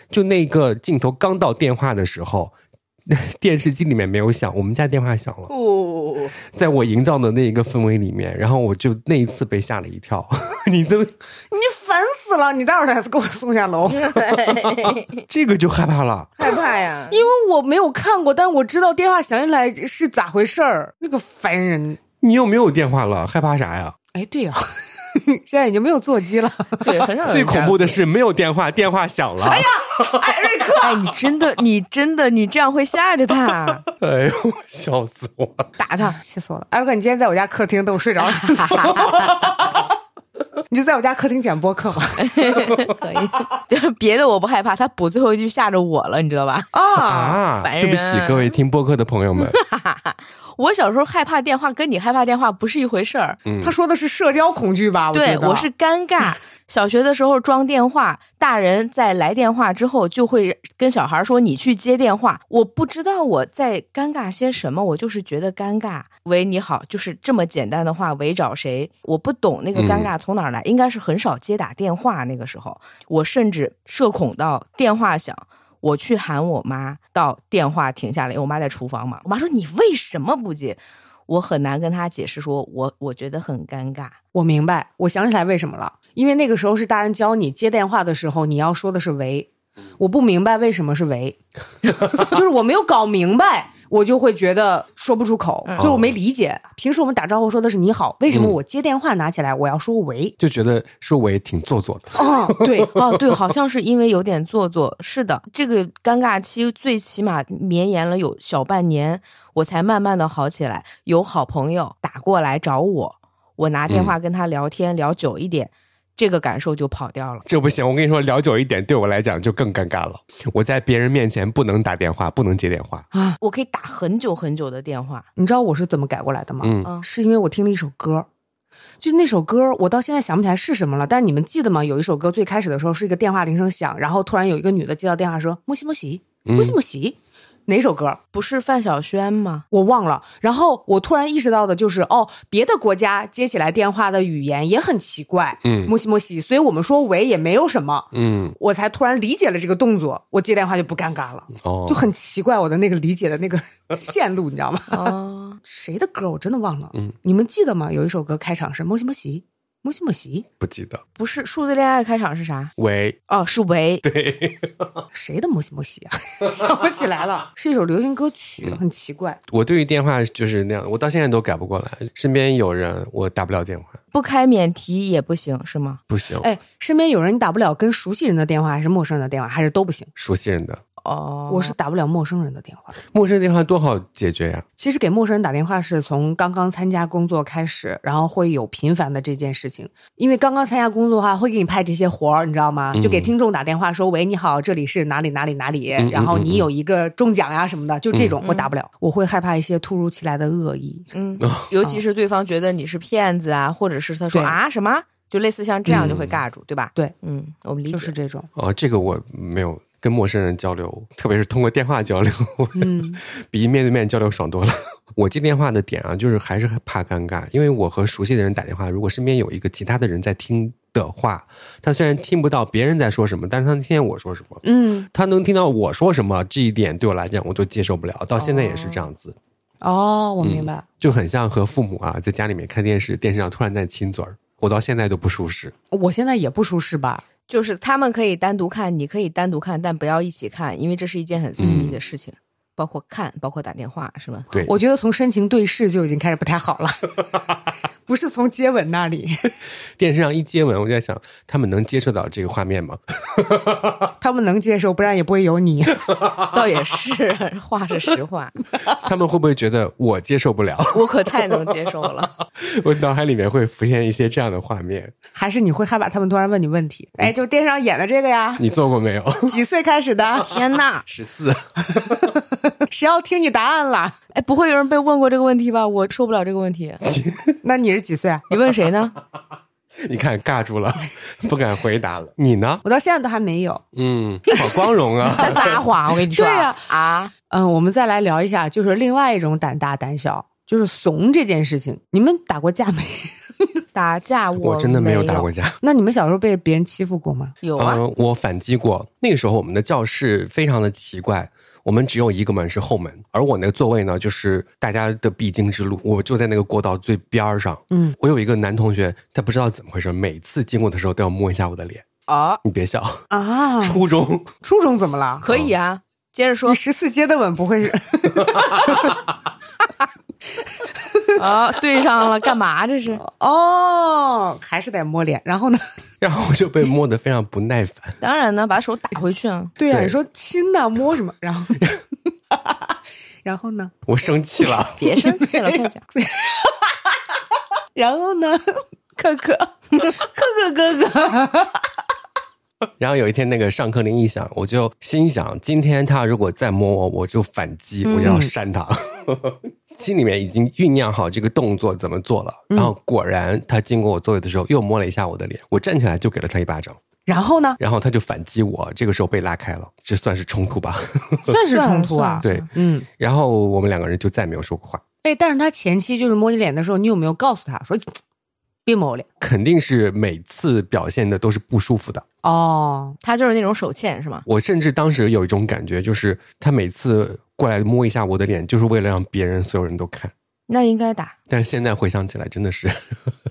就那个镜头刚到电话的时候， 电视机里面没有响，我们家电话响了，哦，在 我营造的那一个氛围里面，然后我就那一次被吓了一跳。你都你反死了，你待会儿再给我送下楼。这个就害怕了。害怕呀，因为我没有看过，但我知道电话响起来是咋回事儿，那个烦人。你又没有电话了，害怕啥呀？哎，对呀、 现在已经没有座机了。对，很少有人最这恐样怖的子是没有电话，电话响了。哎呀，艾瑞克，哎，你真的，你真的，你这样会吓着他， 哎呦，笑死我了！打他。气死我了！艾瑞克，你今天在我家客厅等我睡着了再 走，你就在我家客厅剪播客吧。 可以， 就是别的我不害怕，他补最后一句吓着我了，你知道吧？啊，啊，烦对不人起各位听播客的朋友们，我小时候害怕电话，跟你害怕电话不是一回事儿。嗯他说的是社交恐惧吧？对，觉得我是尴 尬。小学的时候装电话，大人在来电话之后就会跟小孩说：“你去接电话。”我不知道我在尴尬些什么，我就是觉得尴尬。喂，你好，就是这么简单的话，喂，找谁？我不懂那个尴嗯尬从哪儿来，应该是很少接打电话。那个时候，我甚至社恐到电话响，我去喊我妈，到电话停下来，因为我妈在厨房嘛。我妈说：“你为什么不接？”我很难跟她解释说，我我觉得很尴尬。我明白，我想起来为什么了，因为那个时候是大人教你接电话的时候，你要说的是嗯喂。我不明白为什么 是喂，就是我没有搞明白，我就会觉得说不出口，嗯就是我没理解。平时我们打招呼说的是你好，为什么哦嗯我接电话拿起来我要说喂？就觉得说我也挺做作的。 哦，对，哦，对，好像是因为有点做作。是的，这个尴尬期最起码绵延了有小半年，我才慢慢的好起来。有好朋友打过来找我，我拿电嗯话跟他聊天，聊久一点，这个感受就跑掉了。这不行，我跟你说，聊久一点对我来讲就更尴尬了。我在别人面前不能打电话，不能接电话。啊我可以打很久很久的电话，你知道我是怎么改过来的吗？嗯，嗯，是因为我听了一首歌，就那首歌我到现在想不起来是什么了。但你们记得吗？有一首歌最开始的时候是一个电话铃声响，然后突然有一个女的接到电话说“莫西莫西嗯莫西莫西”，哪首歌不是范晓萱吗？我忘了。然后我突然意识到的就是，哦，别的国家接起来电话的语言也很奇怪，嗯莫西莫西，所以我们说喂也没有什么。嗯，我才突然理解了这个动作，我接电话就不尴尬了，哦，就很奇怪我的那个理解的那个 线路，你知道吗？ 哦，谁的歌我真的忘了。嗯，你们记得吗？有一首歌开场是莫西莫西，莫西莫西，不记得。不是数字恋爱开场是啥？喂，哦，是喂，对谁的莫西莫西啊？ 想不起来了，是一首流行歌曲，嗯很奇怪。我对于电话就是那样，我到现在都改不过来。身边有人我打不了电话，不开免提也不行是吗？不行，哎，身边有人你打不了跟熟悉人的电话，还是陌生人的电话，还是都不行。熟悉人的哦，我是打不了陌生人的电话。陌生电话多好解决呀。其实给陌生人打电话是从刚刚参加工作开始，然后会有频繁的这件事情，因为刚刚参加工作的话，会给你派这些活儿，你知道吗？就给听众打电话说：“喂，你好，这里是哪里哪里哪里，嗯然后嗯你有一个中奖呀、什么的，就这种嗯我打不了，我会害怕一些突如其来的恶意。 嗯，尤其是对方觉得你是骗子啊，或者是他说对啊什么，就类似像这样嗯就会尬住，对吧？对，嗯，我们理解。就是这种，哦，这个我没有跟陌生人交流，特别是通过电话交流， 嗯，比面对面交流爽多了。 我接电话的点啊，就是还是怕尴尬，因为我和熟悉的人打电话，如果身边有一个其他的人在听的话，他虽然听不到别人在说什么，但是他能听见我说什么， 嗯，他能听到我说什么，这一点对我来讲我就接受不了，到现在也是这样子，哦，我明白。就很像和父母啊在家里面看电视，电视上突然在亲嘴儿，我到现在都不舒适。我现在也不舒适吧？就是他们可以单独看，你可以单独看，但不要一起看，因为这是一件很私密的事情，包括看，包括打电话，是 吧？对，我觉得从深情对视就已经开始不 太好了，不是从接吻那里， 电视上一接吻，我就在想他们能接受到这个画面吗？ 他们能接受，不然也不会有你。倒也是，话是实 话，他们会不会觉得我接受不了？ 我可太能接受了。我脑海里面会浮现一些这样的画面。还是你会害怕他们突然问你问题？哎，就电视上演的这个呀， 你做过没有？几岁开始的？天呐，十四。谁要听你答案了？ 哎，不会有人被问过这个问题吧？我受不了这个问题。那你是几岁啊？你问谁呢？ 你看，尬住 了，不敢回答了。你呢？我到现在都还没有。嗯，好光荣 他啊！撒谎，我跟你说。对呀啊，嗯，我们再来聊一下，就是另外一种胆大胆小，就是怂这件事情。你们打过架没？ 打 架我真的没有打过架。那你们小时候被别人欺负过吗？有啊，嗯，我反击过。那个时候我们的教室非常的奇怪，我们只有一个门是后门，而我那个座位呢，就是大家的必经之路。我就在那个过道最边儿上。嗯，我有一个男同学，他不知道怎么回事，每次经过的时候都要摸一下我的脸。啊，你别笑，啊，初中 初中怎么了？可以啊。接着说你十次接的吻不会是 啊，对上了，干嘛这是？哦，还是得摸脸。然后呢？ 然后我就被摸得非常不耐烦。当然呢，把手打回去啊。对呀、对你说亲呐，摸什么？然后， 然后呢？我生气了，别生气了， 快讲。然后呢？ 可可，可可哥哥，然后有一天那个上课铃一响，我就心想，今天他如果再摸我，我就反击，我要扇他。 心里面已经酝酿好这个动作怎么做了，然后果然他经过我座位的时候又摸了一下我的脸，我站起来就给了他一巴掌， 然后呢？然后他就反击我，这个时候被拉开了，这算是冲突吧？算是冲突啊。算对，嗯，然后我们两个人就再没有说过话，哎，但是他前期就是摸你脸的时候，你有没有告诉他说别摸我脸？肯定是每次表现的都是不舒服的。哦，他就是那种手欠是吗？我甚至当时有一种感觉，就是他每次过来摸一下我的脸，就是为了让别人所有人都看。那应该打。但是现在回想起来，真的是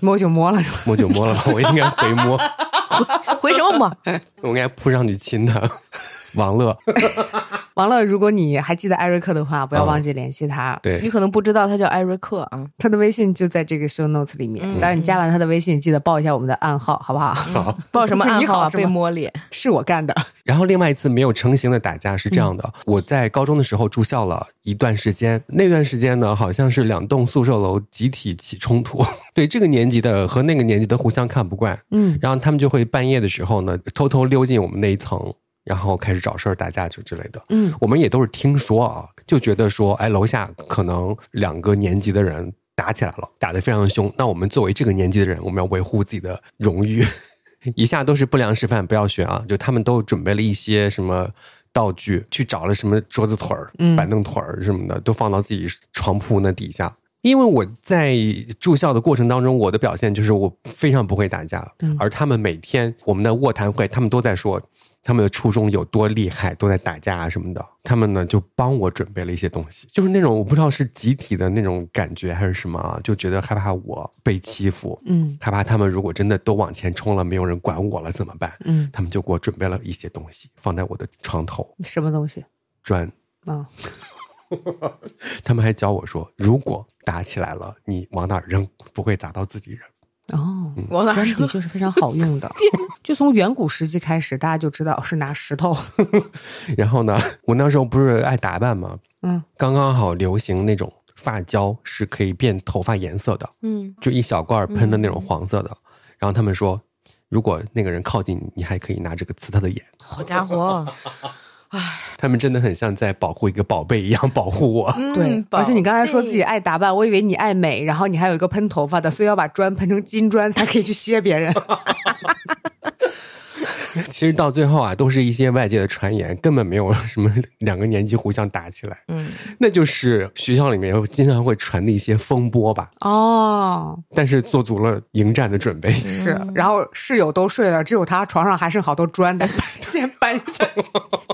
摸就摸了是吧？摸就摸了吧， 我应该回摸， 回什么摸？ 我应该扑上去亲他。王乐， 完了，如果你还记得艾瑞克的话，不要忘记联系他。你对，可能不知道他叫艾瑞克啊。他的微信就在这个 show notes 里面。嗯当然，你加完他的微信，记得报一下我们的暗号，好不好？好。报什么 暗号啊？你好是吗被摸脸。 是我干的。然后另外一次没有成型的打架是这样的：嗯我在高中的时候住校了一段时间，那段时间呢，好像是两栋宿舍楼集体起冲突， 对这个年级的和那个年级的互相看不惯，嗯，然后他们就会半夜的时候呢，偷偷溜进我们那一层，然后开始找事儿、打架就之类的。嗯，我们也都是听说啊，就觉得说，哎，楼下可能两个年级的人打起来了，打得非常凶。那我们作为这个年级的人，我们要维护自己的荣誉。 以下都是不良示范，不要学啊！就他们都准备了一些什么道具，去找了什么桌子腿儿、嗯板凳腿儿什么的，都放到自己床铺那底下。因为我在住校的过程当中，我的表现就是我非常不会打架，嗯而他们每天我们的卧谈会，他们都在说他们的初中有多厉害，都在打架啊什么的。他们呢就帮我准备了一些东西，就是那种我不知道是集体的那种感觉还是什么啊，就觉得害怕我被欺负，嗯害怕他们如果真的都往前冲了，没有人管我了怎么办？嗯，他们就给我准备了一些东西，放在我的床头什么东西砖。啊？他们还教我说，如果打起来了，你往哪儿扔，不会砸到自己人。哦，我哪砖的说？确是非常好用 的。就从远古时期开始，大家就知道是拿石头。然后呢，我那时候不是爱打扮吗？嗯，刚刚好流行那种发胶是可以变头发颜色的，嗯，就一小罐儿喷的那种黄色的。然后他们说，如果那个人靠近你，你还可以拿这个刺他的眼。好家伙，他们真的很像在保护一个宝贝一样保护我。对。而且你刚才说自己爱爱打扮，我以为你爱美，然后你还有一个喷头发的，所以要把砖喷成金砖才可以去歇别人。 其实到最后啊，都是一些外界的传言，根本没有什么两个年级互相打起来。嗯，那就是学校里面有经常会传的一些风波吧。哦，但是做足了迎战的准备，是，然后室友都睡了，只有他床上还剩好多砖的，先搬下去。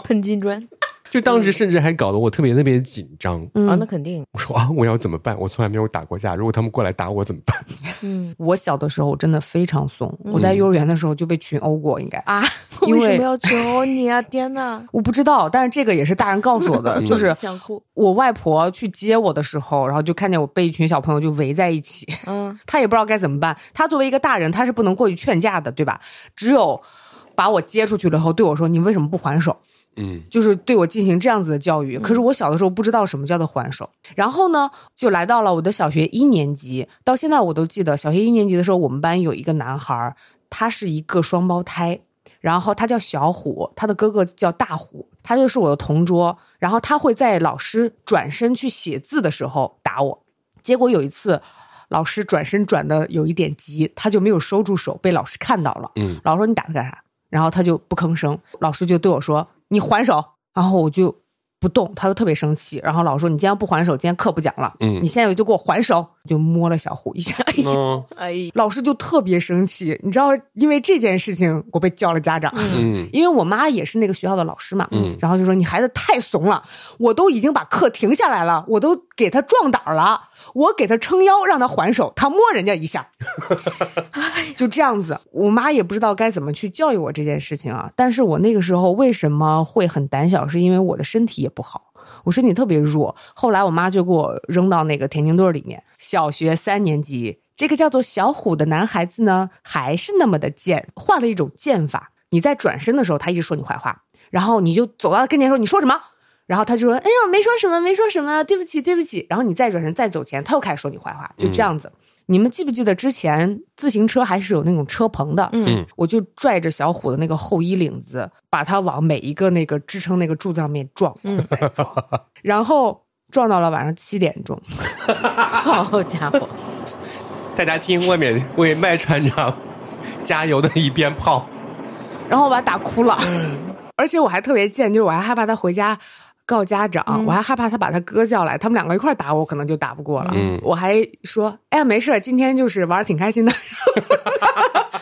喷金砖就当时甚至还搞得我特别特别紧张。 啊，那肯定。我说啊，我要怎么办？我从来没有打过架，如果他们过来打我怎么办？嗯我小的时候真的非常怂，我在幼儿园的时候就被群殴过，应该。啊，因为 为什么要求你啊？天 呐，我不知道，但是这个也是大人告诉我 的，就是想哭。我外婆去接我的时候，然后就看见我被一群小朋友就围在一起，嗯，她也不知道该怎么办。她作为一个大人，她是不能过去劝架的，对吧？只有把我接出去了以后，对我说：“你为什么不还手？”嗯，就是对我进行这样子的教育。可是我小的时候不知道什么叫做还手，然后呢，就来到了我的小学一年级，到现在我都记得，小学一年级的时候，我们班有一个男孩儿，他是一个双胞胎。然后他叫小虎，他的哥哥叫大虎，他就是我的同桌。然后他会在老师转身去写字的时候打我。结果有一次，老师转身转的有一点急，他就没有收住手，被老师看到了。嗯，老师说你打他干啥？然后他就不吭声。老师就对我说你还手，然后我就不动，他就特别生气。然后老师说你今天不还手，今天课不讲了。嗯你现在就给我还手。就摸了小虎一下，哎呀嗯哎，老师就特别生气，你知道，因为这件事情我被叫了家长。嗯因为我妈也是那个学校的老师嘛，嗯然后就说你孩子太怂了，我都已经把课停下来了，我都给他壮胆儿了，我给他撑腰让他还手，他摸人家一下，就这样子。我妈也不知道该怎么去教育我这件事情啊，但是我那个时候为什么会很胆小，是因为我的身体也不好。我身体特别弱，后来我妈就给我扔到那个田径队儿里面。小学三年级，这个叫做小虎的男孩子呢，还是那么的贱，换了一种剑法。你在转身的时候，他一直说你坏话，然后你就走到他跟前说：“你说什么？”然后他就说：“哎呀，没说什么，没说什么，对不起，对不起。”然后你再转身再走前，他又开始说你坏话，嗯就这样子。你们记不记得之前自行车还是有那种车棚的？嗯嗯我就拽着小虎的那个后衣领子，把他往每一个那个支撑那个柱子上面撞，嗯， 然后撞到了晚上七点钟。好家 伙，大家听外面为麦船长加油的一边炮，然后我把他打哭了， 而且我还特别贱，就是我还害怕他回家告家长，嗯我还害怕他把他哥叫来，他们两个一块儿打我，我可能就打不过了。嗯我还说，哎呀，没事儿，今天就是玩的挺开心的。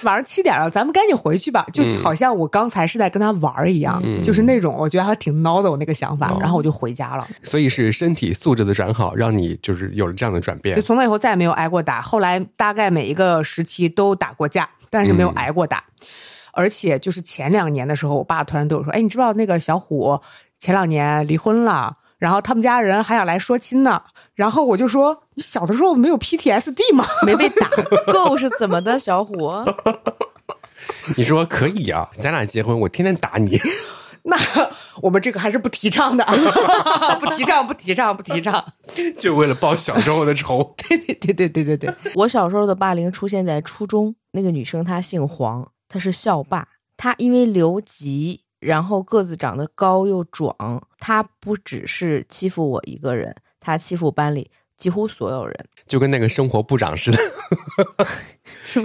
晚上七点了，咱们赶紧回去吧，就嗯好像我刚才是在跟他玩儿一样，嗯就是那种我觉得还挺孬的我那个想法，哦然后我就回家了。所以是身体素质的转好，让你就是有了这样的转就变。从那以后再也没有挨过打。后来大概每一个时期都打过架，但是没有挨过打。而且就是前两年的时候，我爸突然对我说：“哎，你知不知道那个小虎前两年离婚了？”然后他们家人还想来说亲呢，然后我就说：“你小的时候没有 PTSD 吗？”没被打够是怎么的，小虎？你说可以啊，咱俩结婚，我天天打你。 那我们这个还是不提倡的， 不提倡，不提倡，不提倡。就为了报小时候的仇。对对对对对对，我小时候的霸凌出现在初中，那个女生她姓黄，她是校霸，她因为留级，然后个子长得高又壮，她不只是欺负我一个人，她欺负班里几乎所有人。就跟那个生活部长似的。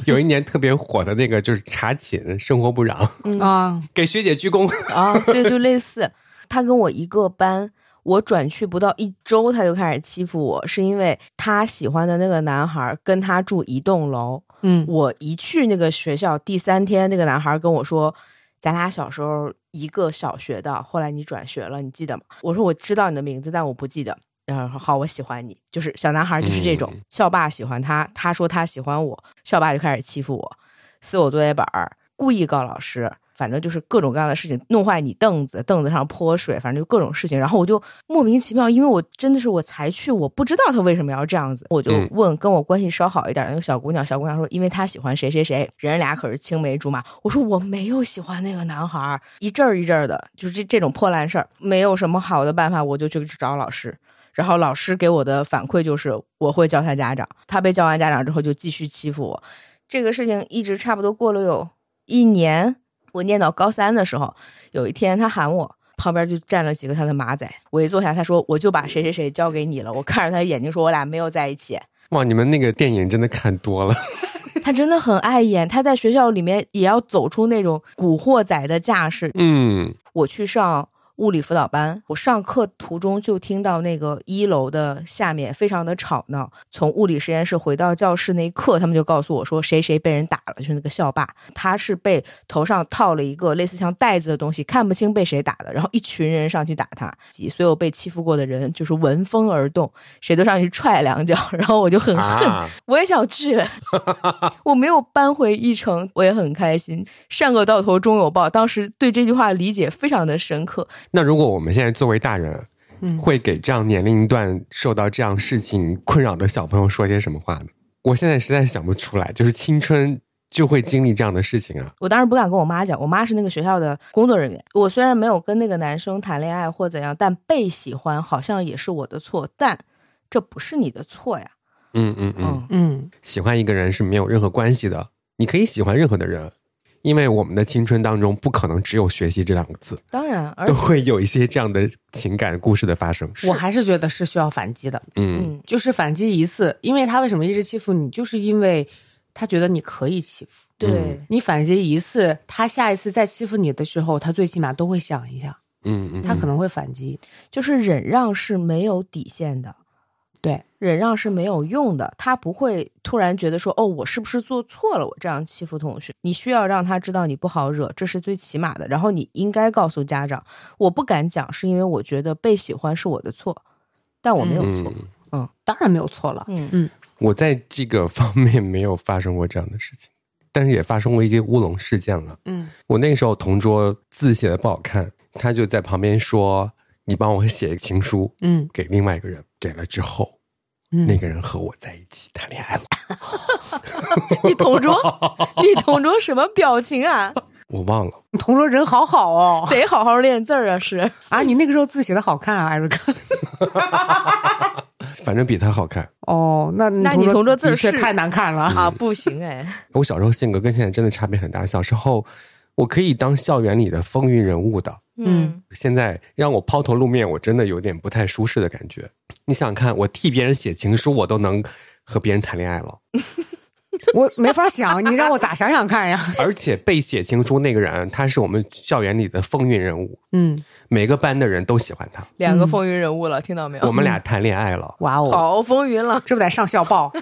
有一年特别火的那个就是查寝生活部长，啊，给学姐鞠躬。啊，对，就类似。他跟我一个班，我转去不到一周，他就开始欺负我，是因为他喜欢的那个男孩跟他住一栋楼。嗯，我一去那个学校，第三天那个男孩跟我说，咱俩小时候一个小学的，后来你转学了，你记得吗？我说我知道你的名字，但我不记得。然后说好，我喜欢你，就是小男孩就是这种，嗯校霸喜欢他，他说他喜欢我，校霸就开始欺负我，撕我作业本儿，故意告老师，反正就是各种各样的事情，弄坏你凳子，凳子上泼水，反正就各种事情。然后我就莫名其妙，因为我真的是我才去，我不知道他为什么要这样子，我就嗯问跟我关系稍好一点的那个小姑娘，小姑娘说因为她喜欢谁谁谁，人俩可是青梅竹马。我说我没有喜欢那个男孩儿，一阵儿一阵儿的，就是这这种破烂事儿，没有什么好的办法，我就去找老师。然后老师给我的反馈就是我会叫他家长，他被叫完家长之后就继续欺负我，这个事情一直差不多过了有一年。我念到高三的时候，有一天他喊我，旁边就站了几个他的马仔。我一坐下，他说：“我就把谁谁谁交给你了。”我看着他眼睛说：“我俩没有在一起。 哇，你们那个电影真的看多了。”他真的很碍眼，他在学校里面也要走出那种古惑仔的架势。嗯我去上物理辅导班，我上课途中就听到那个一楼的下面非常的吵闹。从物理实验室回到教室那一刻，他们就告诉我说谁谁被人打了，就是那个校霸，他是被头上套了一个类似像袋子的东西，看不清被谁打的，然后一群人上去打他，所有被欺负过的人就是闻风而动，谁都上去踹两脚，然后我就很恨。啊，我也想去， 我没有扳回一城，我也很开心。善恶到头终有报，当时对这句话理解非常的深刻。那如果我们现在作为大人，嗯会给这样年龄段受到这样事情困扰的小朋友说些什么话呢？我现在实在想不出来，就是青春就会经历这样的事情啊。我当时不敢跟我妈讲，我妈是那个学校的工作人员。我虽然没有跟那个男生谈恋爱或怎样，但被喜欢好像也是我的错，但这不是你的错呀。嗯嗯嗯嗯，嗯，喜欢一个人是没有任何关系的，你可以喜欢任何的人，因为我们的青春当中不可能只有学习这两个字，当然，而都会有一些这样的情感故事的发生。我还是觉得是需要反击的。嗯嗯，就是反击一次，因为他为什么一直欺负你，就是因为他觉得你可以欺负嗯对，你。反击一次，他下一次再欺负你的时候，他最起码都会想一下，嗯嗯，他可能会反击。就是忍让是没有底线的。对，忍让是没有用的，他不会突然觉得说，哦，我是不是做错了？我这样欺负同学，你需要让他知道你不好惹，这是最起码的。然后你应该告诉家长，我不敢讲，是因为我觉得被喜欢是我的错，但我没有错。嗯嗯当然没有错了。嗯我在这个方面没有发生过这样的事情，但是也发生过一些乌龙事件了。嗯，我那个时候同桌字写的不好看，他就在旁边说：“你帮我写一个情书嗯给另外一个人。”给了之后，嗯，那个人和我在一起谈恋爱了。 你同桌，你同桌什么表情啊？ 我忘了，你同桌人好好 哦得好好练字儿啊！是，啊！你那个时候字写的好看啊，艾瑞克。反正比他好看。哦，那那你同桌字的确是太难看了。 啊，不行哎，我小时候性格跟现在真的差别很大。小时候我可以当校园里的风云人物的，嗯现在让我抛头露面，我真的有点不太舒适的感觉。你想想看，我替别人写情书，我都能和别人谈恋爱了，我没法想，你让我咋想想看呀？而且被写情书那个人，啊他是我们校园里的风云人物， 嗯，每个班的人都喜欢他。两个风云人物了，听到没有？嗯我们俩谈恋爱了，哇哦，好风云了，这不得上校 报？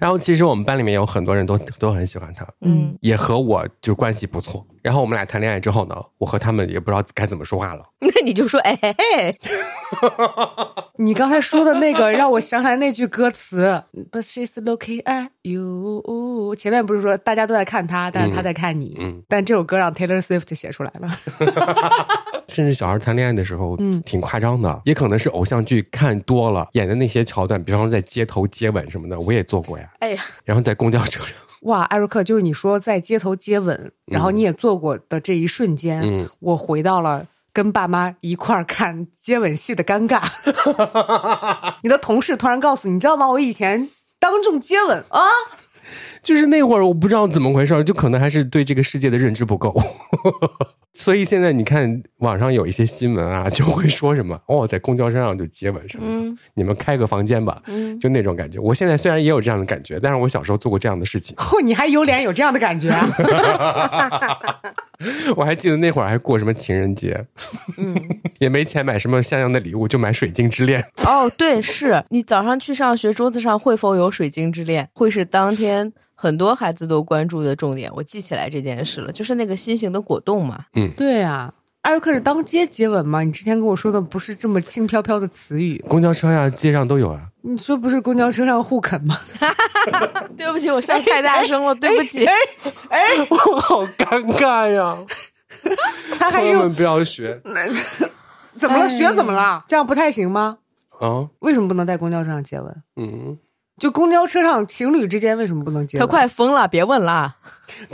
然后其实我们班里面有很多人都都很喜欢他，嗯嗯，也和我就关系不错。然后我们俩谈恋爱之后呢，我和他们也不知道该怎么说话了。那你就说，哎嘿嘿，你刚才说的那个让我想起来那句歌词，But she's looking at you。前面不是说大家都在看他，但是他在看你。嗯嗯但这首歌让 Taylor Swift 写出来了。甚至小孩谈恋爱的时候，嗯挺夸张的，也可能是偶像剧看多了演的那些桥段，比方说在街头接吻什么的，我也做过呀。哎呀，然后在公交车上，哇，艾瑞克，就是你说在街头接吻，然后你也做过的这一瞬间，嗯我回到了跟爸妈一块儿看接吻戏的 尴尬。你的同事突然告诉你，你知道吗？我以前当众接吻啊，就是那会儿我不知道怎么回事儿，就可能还是对这个世界的认知不够。 所以现在你看网上有一些新闻啊，就会说什么哦，在公交车上就接吻什么的，嗯你们开个房间吧，嗯，就那种感觉。我现在虽然也有这样的感觉，但是我小时候做过这样的事情。哦，你还有脸有这样的感觉啊？我还记得那会儿还过什么情人节，嗯， 也没钱买什么像样的礼物，就买水晶之恋。哦，对，是你早上去上学，桌子上会否有水晶之恋，会是当天很多孩子都关注的重点。我记起来这件事了，就是那个新型的果冻嘛，对啊，艾瑞克是当街接吻吗？你之前跟我说的不是这么轻飘飘的词语，公交车呀、街上都有啊。你说不是公交车上互啃吗？对不起，我笑太大声了， 对不哎起。我好尴尬呀！他还 朋是友们不要学怎么了？哎学怎么了？这样不太行吗？啊！为什么不能在公交车上接吻？嗯，就公交车上情侣之间为什么不能接他吻？快疯了，别问了。啊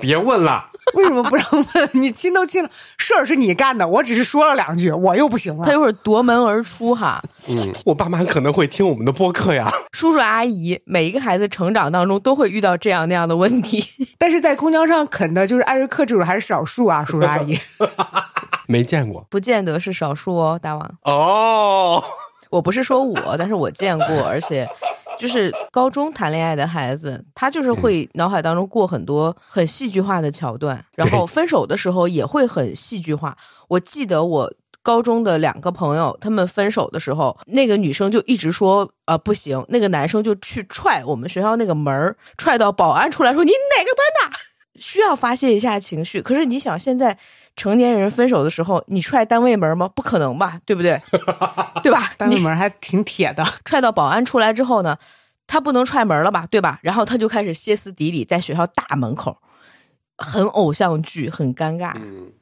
别问了， 为什么不让问？你亲都亲了，事儿是你干的，我只是说了两句，我又不行他一了。会儿夺门而出哈。嗯， 我爸妈可能会听我们的播客呀。叔叔阿姨，每一个孩子成长当中都会遇到这样那样的问题。 但是在公交上啃的就是艾瑞克这种还是少数啊，叔叔阿 姨。 没见过不见得是少数哦，大王。哦，我不是说我，但是我见过，而且就是高中谈恋爱的孩子，他就是会脑海当中过很多很戏剧化的桥段，然后分手的时候也会很戏剧化。我记得我。高中的两个朋友，他们分手的时候，那个女生就一直说，呃，不行，那个男生就去踹我们学校那个门儿，踹到保安出来说：“你哪个班的？”需要发泄一下情绪。可是你想，现在成年人分手的时候，你踹单位门吗？不可能吧，对不对？ 对吧？单位门还挺铁的，踹到保安出来之后呢，他不能踹门了吧，对吧？然后他就开始歇斯底里，在学校大门口，很偶像剧，很尴尬，嗯，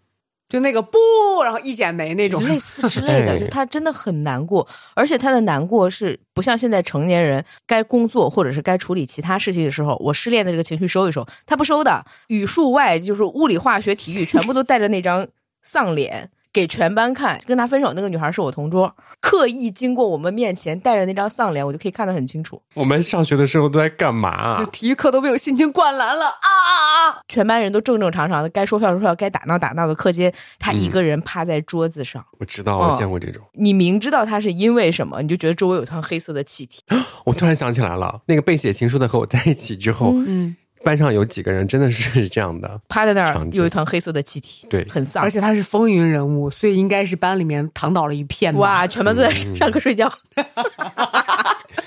就那个不，然后一剪梅那种。类似之类哎的，就他真的很难过，而且他的难过是不像现在成年人该工作或者是该处理其他事情的时候，我失恋的这个情绪收一收，他不收的，语数外就是物理、化学、体育全部都带着那张丧脸。给全班看，跟他分手那个女孩是我同桌，刻意经过我们面前，带着那张丧脸，我就可以看得很清楚。我们上学的时候都在干嘛就啊？体育课都被我心情灌篮了啊！全班人都正正常常的，该说笑说笑，该打闹打闹的课间，他一嗯个人趴在桌子上。我知道，我哦见过这种。你明知道他是因为什么，你就觉得周围有一团黑色的气体。嗯我突然想起来了，那个被写情书的和我在一起之后，嗯，班上有几个人真的是这样的，趴在那儿场景有一团黑色的气体，对很丧而。且他是风云人物，所以应该是班里面躺倒了一片吧。哇，全班都在嗯上课睡觉，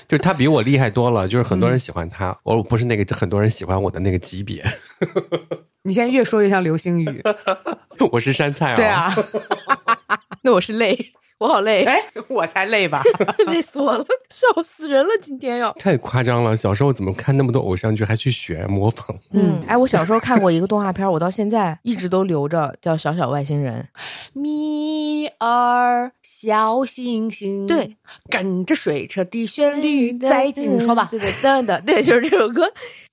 就是他比我厉害多了，就是很多人喜欢嗯他，我不是那个很多人喜欢我的那个级别， 你现在越说越像流星 雨。我是山菜啊、对啊，那我是累，我好 累，哎，我才累吧？累死我了，笑死人了，今天要。太夸张了！小时候怎么看那么多偶像剧，还去学模 仿？嗯，哎，我小时候看过一个动画片，我到现在一直都留着，叫《小小外星人 米儿小星星，对，跟着水车的旋律再进说吧。对对对的，对，就是这首歌。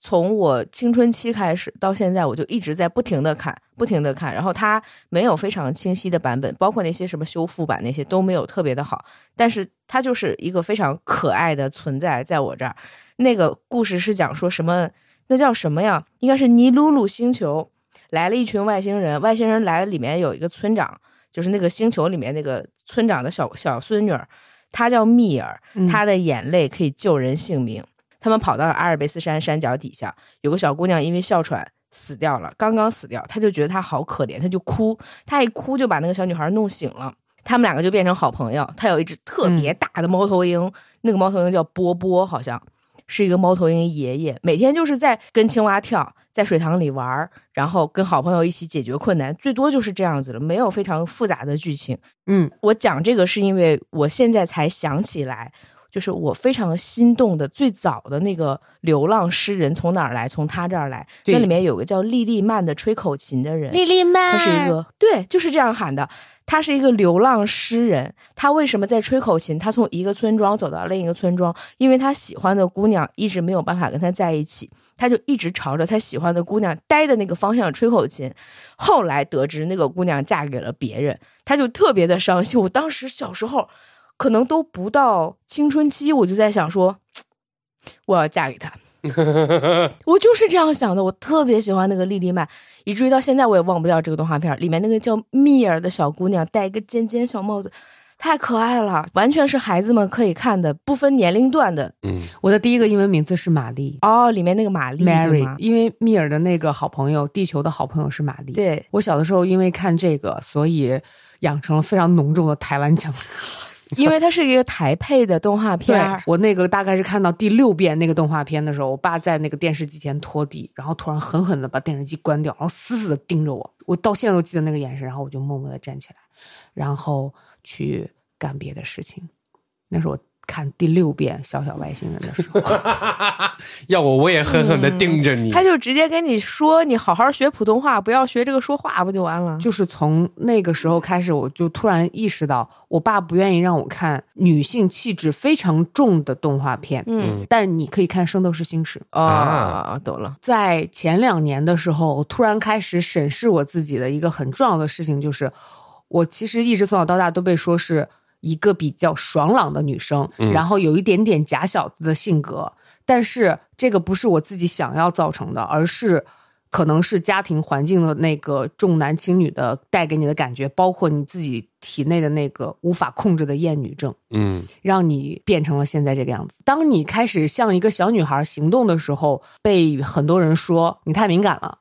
从我青春期开始到现在，我就一直在不停的看，不停的看。然后它没有非常清晰的版本，包括那些什么修复版那些都没有特别的好，但是它就是一个非常可爱的存在，在我这儿。那个故事是讲说什么？那叫什么呀？应该是尼鲁鲁星球来了一群外星人，外星人来了，里面有一个村长，就是那个星球里面那个村长的小小孙女儿，她叫密尔，嗯她的眼泪可以救人性命。他们跑到了阿尔卑斯山山脚底下，有个小姑娘因为哮喘死掉了，刚刚死掉，她就觉得她好可怜，她就哭，她一哭就把那个小女孩弄醒了。他们两个就变成好朋友。她有一只特别大的猫头鹰，那个猫头鹰叫波波，好像是一个猫头鹰爷爷，每天就是在跟青蛙跳，在水塘里玩儿，然后跟好朋友一起解决困难，最多就是这样子了，没有非常复杂的剧情。嗯我讲这个是因为我现在才想起来，就是我非常心动的最早的那个流浪诗人从哪儿来？从他这儿来。对那里面有个叫莉莉曼的吹口琴的人，莉曼他是一个对，就是这样喊的。他是一个流浪诗人，他为什么在吹口琴？他从一个村庄走到另一个村庄，因为他喜欢的姑娘一直没有办法跟他在一起，他就一直朝着他喜欢的姑娘待的那个方向吹口琴。后来得知那个姑娘嫁给了别人，他就特别的伤心。我当时小时候，可能都不到青春期，我就在想说，我要嫁给他。我就是这样想的，我特别喜欢那个莉莉曼，以至于到现在我也忘不掉这个动画片儿里面那个叫蜜儿的小姑娘，戴一个尖尖小帽子，太可爱了，完全是孩子们可以看的，不分年龄段的。嗯， 我的第一个英文名字是玛丽哦，里面那个玛丽对 Mary，吗？因为密尔的那个好朋友，地球的好朋友是玛丽。，对，我小的时候因为看这个，所以养成了非常浓重的台湾腔。因为它是一个台配的动画片儿，我那个大概是看到第六遍那个动画片的时候，我爸在那个电视机前拖地，然后突然狠狠的把电视机关掉，然后死死的盯着我，我到现在都记得那个眼神，然后我就默默的站起来，然后去干别的事情。那是我看第六遍《小小外星人》的时候， 要我我也狠狠嗯的盯着你。他就直接跟你说，你好好学普通话，不要学这个说话，不就完了？就是从那个时候开始，我就突然意识到，我爸不愿意让我看女性气质非常重的动画片，嗯，但是你可以看《圣斗士星矢》。哦，啊懂了，在前两年的时候，我突然开始审视我自己的一个很重要的事情，就是我其实一直从小到大都被说是一个比较爽朗的女生，嗯然后有一点点假小子的性格，但是这个不是我自己想要造成的，而是。可能是家庭环境的那个重男轻女的带给你的感觉，包括你自己体内的那个无法控制的厌女症。嗯，让你变成了现在这个样子。当你开始像一个小女孩行动的时候，被很多人说你太敏感了，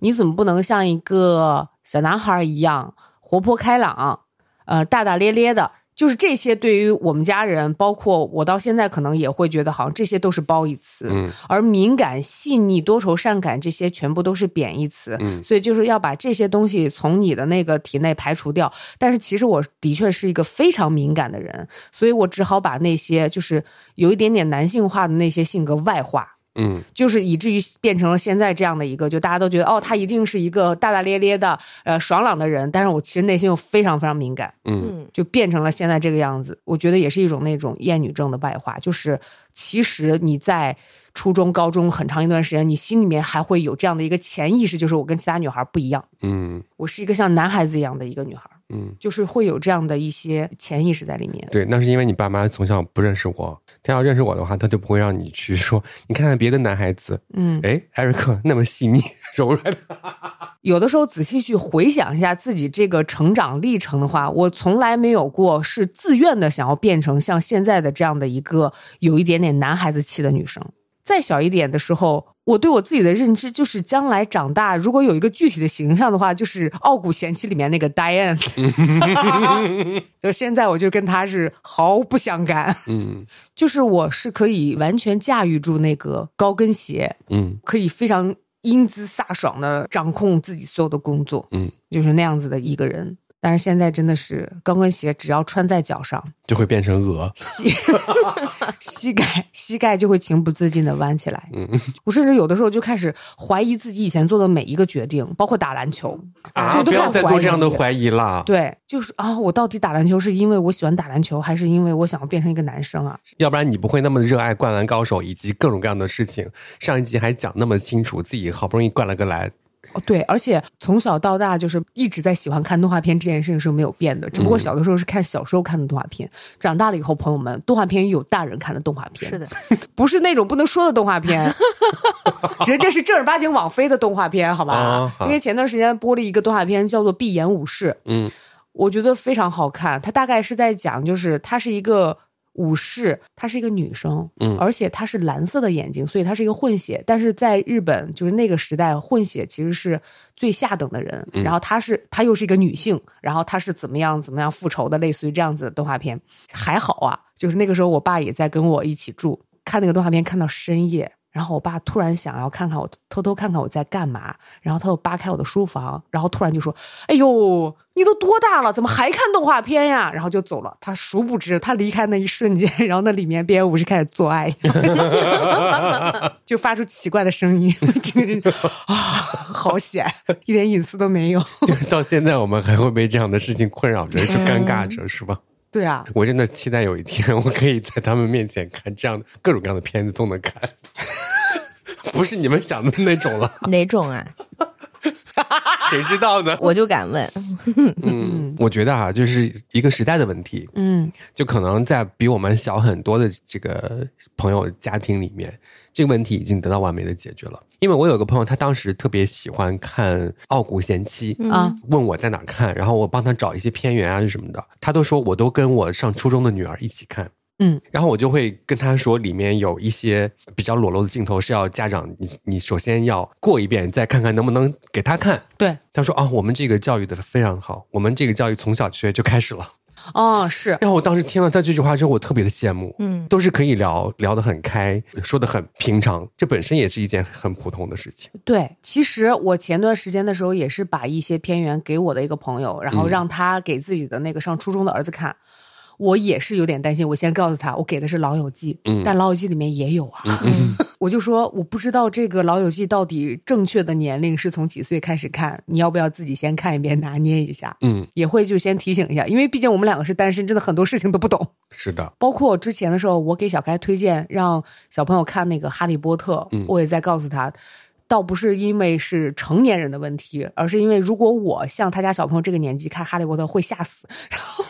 你怎么不能像一个小男孩一样活泼开朗，呃，大大咧咧的？就是这些，对于我们家人，包括我到现在，可能也会觉得好像这些都是褒义词，嗯而敏感、细腻、多愁善感这些全部都是贬义词。嗯所以就是要把这些东西从你的那个体内排除掉。但是其实我的确是一个非常敏感的人，所以我只好把那些就是有一点点男性化的那些性格外化，嗯就是以至于变成了现在这样的一个，就大家都觉得哦，他一定是一个大大咧咧的呃爽朗的人，但是我其实内心又非常非常敏感。嗯嗯，就变成了现在这个样子。我觉得也是一种那种厌女症的外化，就是其实你在初中、高中很长一段时间，你心里面还会有这样的一个潜意识，就是我跟其他女孩不一样，嗯我是一个像男孩子一样的一个女孩，嗯，就是会有这样的一些潜意识在里面。对，那是因为你爸妈从小不认识我，他要认识我的话，他就不会让你去说，你看看别的男孩子，嗯，哎，艾瑞克那么细腻 柔软的，有的时候仔细去回想一下自己这个成长历程的话，我从来没有过是自愿的想要变成像现在的这样的一个有一点点男孩子气的女生。再小一点的时候，我对我自己的认知就是，将来长大如果有一个具体的形象的话，就是《傲骨贤妻》里面那个 Diane。就现在我就跟他是毫不相干，嗯就是我是可以完全驾驭住那个高跟鞋，嗯可以非常英姿飒爽的掌控自己所有的工作，嗯，就是那样子的一个人。但是现在真的是高跟鞋，只要穿在脚上，就会变成鹅。 膝膝盖膝盖就会情不自禁的弯起来。嗯我甚至有的时候就开始怀疑自己以前做的每一个决定，包括打篮球， 啊，就都不要开再始做这样的疑怀疑啦。对，就是啊，我到底打篮球是因为我喜欢打篮球，还是因为我想要变成一个男生啊？要不然你不会那么热爱《灌篮高手》以及各种各样的事情。上一集还讲那么清楚，自己好不容易灌了个篮，哦，对，而且从小到大就是一直在喜欢看动画片，这件事情是没有变的。只不过嗯小的时候是看小时候看的动画片，长大了以后，朋友们，动画片有大人看的动画片，是的，不是那种不能说的动 画片，人家是正儿八经网飞的动画片，好吧？啊好因为前段时间播了一个动画片，叫做《闭眼武士》，嗯我觉得非常好看。它大概是在讲，就是她是一个武士，她是一个女生，嗯而且她是蓝色的眼睛，所以她是一个混血。但是在日本，就是那个时代，混血其实是最下等的人。然后她是，她又是一个女性，然后她是怎么样怎么样复仇的，类似于这样子的动画片。还好啊，就是那个时候我爸也在跟我一起住，看那个动画片看到深夜。然后我爸突然想要看看我，偷偷看看我在干嘛，然后他又扒开我的书房，然后突然就说：“哎呦，你都多大了，怎么还看动画片呀？” 然后就走了。他殊不知，他离开那一瞬间， 然后那里面边缘武士开始做爱， 就发出奇怪的声音。 这个人啊，好险，一点隐私都没有。 就是到现在我们还会被这样的事情困扰着，就尴尬着，是吧？对啊，我真的期待有一天，我可以在他们面前看这样的各种各样的片子都能看， 不是你们想的那种了，哪种啊？谁知道呢？我就敢问，嗯，我觉得啊，就是一个时代的问题，嗯就可能在比我们小很多的这个朋友家庭里面，这个问题已经得到完美的解决了。因为我有个朋友，他当时特别喜欢看《傲骨贤妻》啊，问我在哪儿看，然后我帮他找一些片源啊什么的，他都说我都跟我上初中的女儿一起看。嗯，然后我就会跟他说，里面有一些比较裸露的镜头是要家长你你首先要过一遍，再看看能不能给他看。对，他说啊，我们这个教育的非常好，我们这个教育从小学就开始了。哦，是，然后我当时听了他这句话之后，我特别的羡慕，嗯，都是可以聊聊得很开，说得很平常，这本身也是一件很普通的事情。对，其实我前段时间的时候也是把一些片源给我的一个朋友，然嗯后让他给自己的那个上初中的儿子看。我也是有点担心，我先告诉他，我给的是《老友记》，嗯但《老友记》里面也有啊。嗯我就说我不知道这个《老友记》到底正确的年龄是从几岁开始看，你要不要自己先看一遍拿捏一下？嗯，也会就先提醒一下，因为毕竟我们两个是单身，真的很多事情都不懂。是的，包括之前的时候，我给小开推荐让小朋友看那个《哈利波特》嗯我也在告诉他，倒不是因为是成年人的问题，而是因为如果我像他家小朋友这个年纪看《哈利波特》会吓死，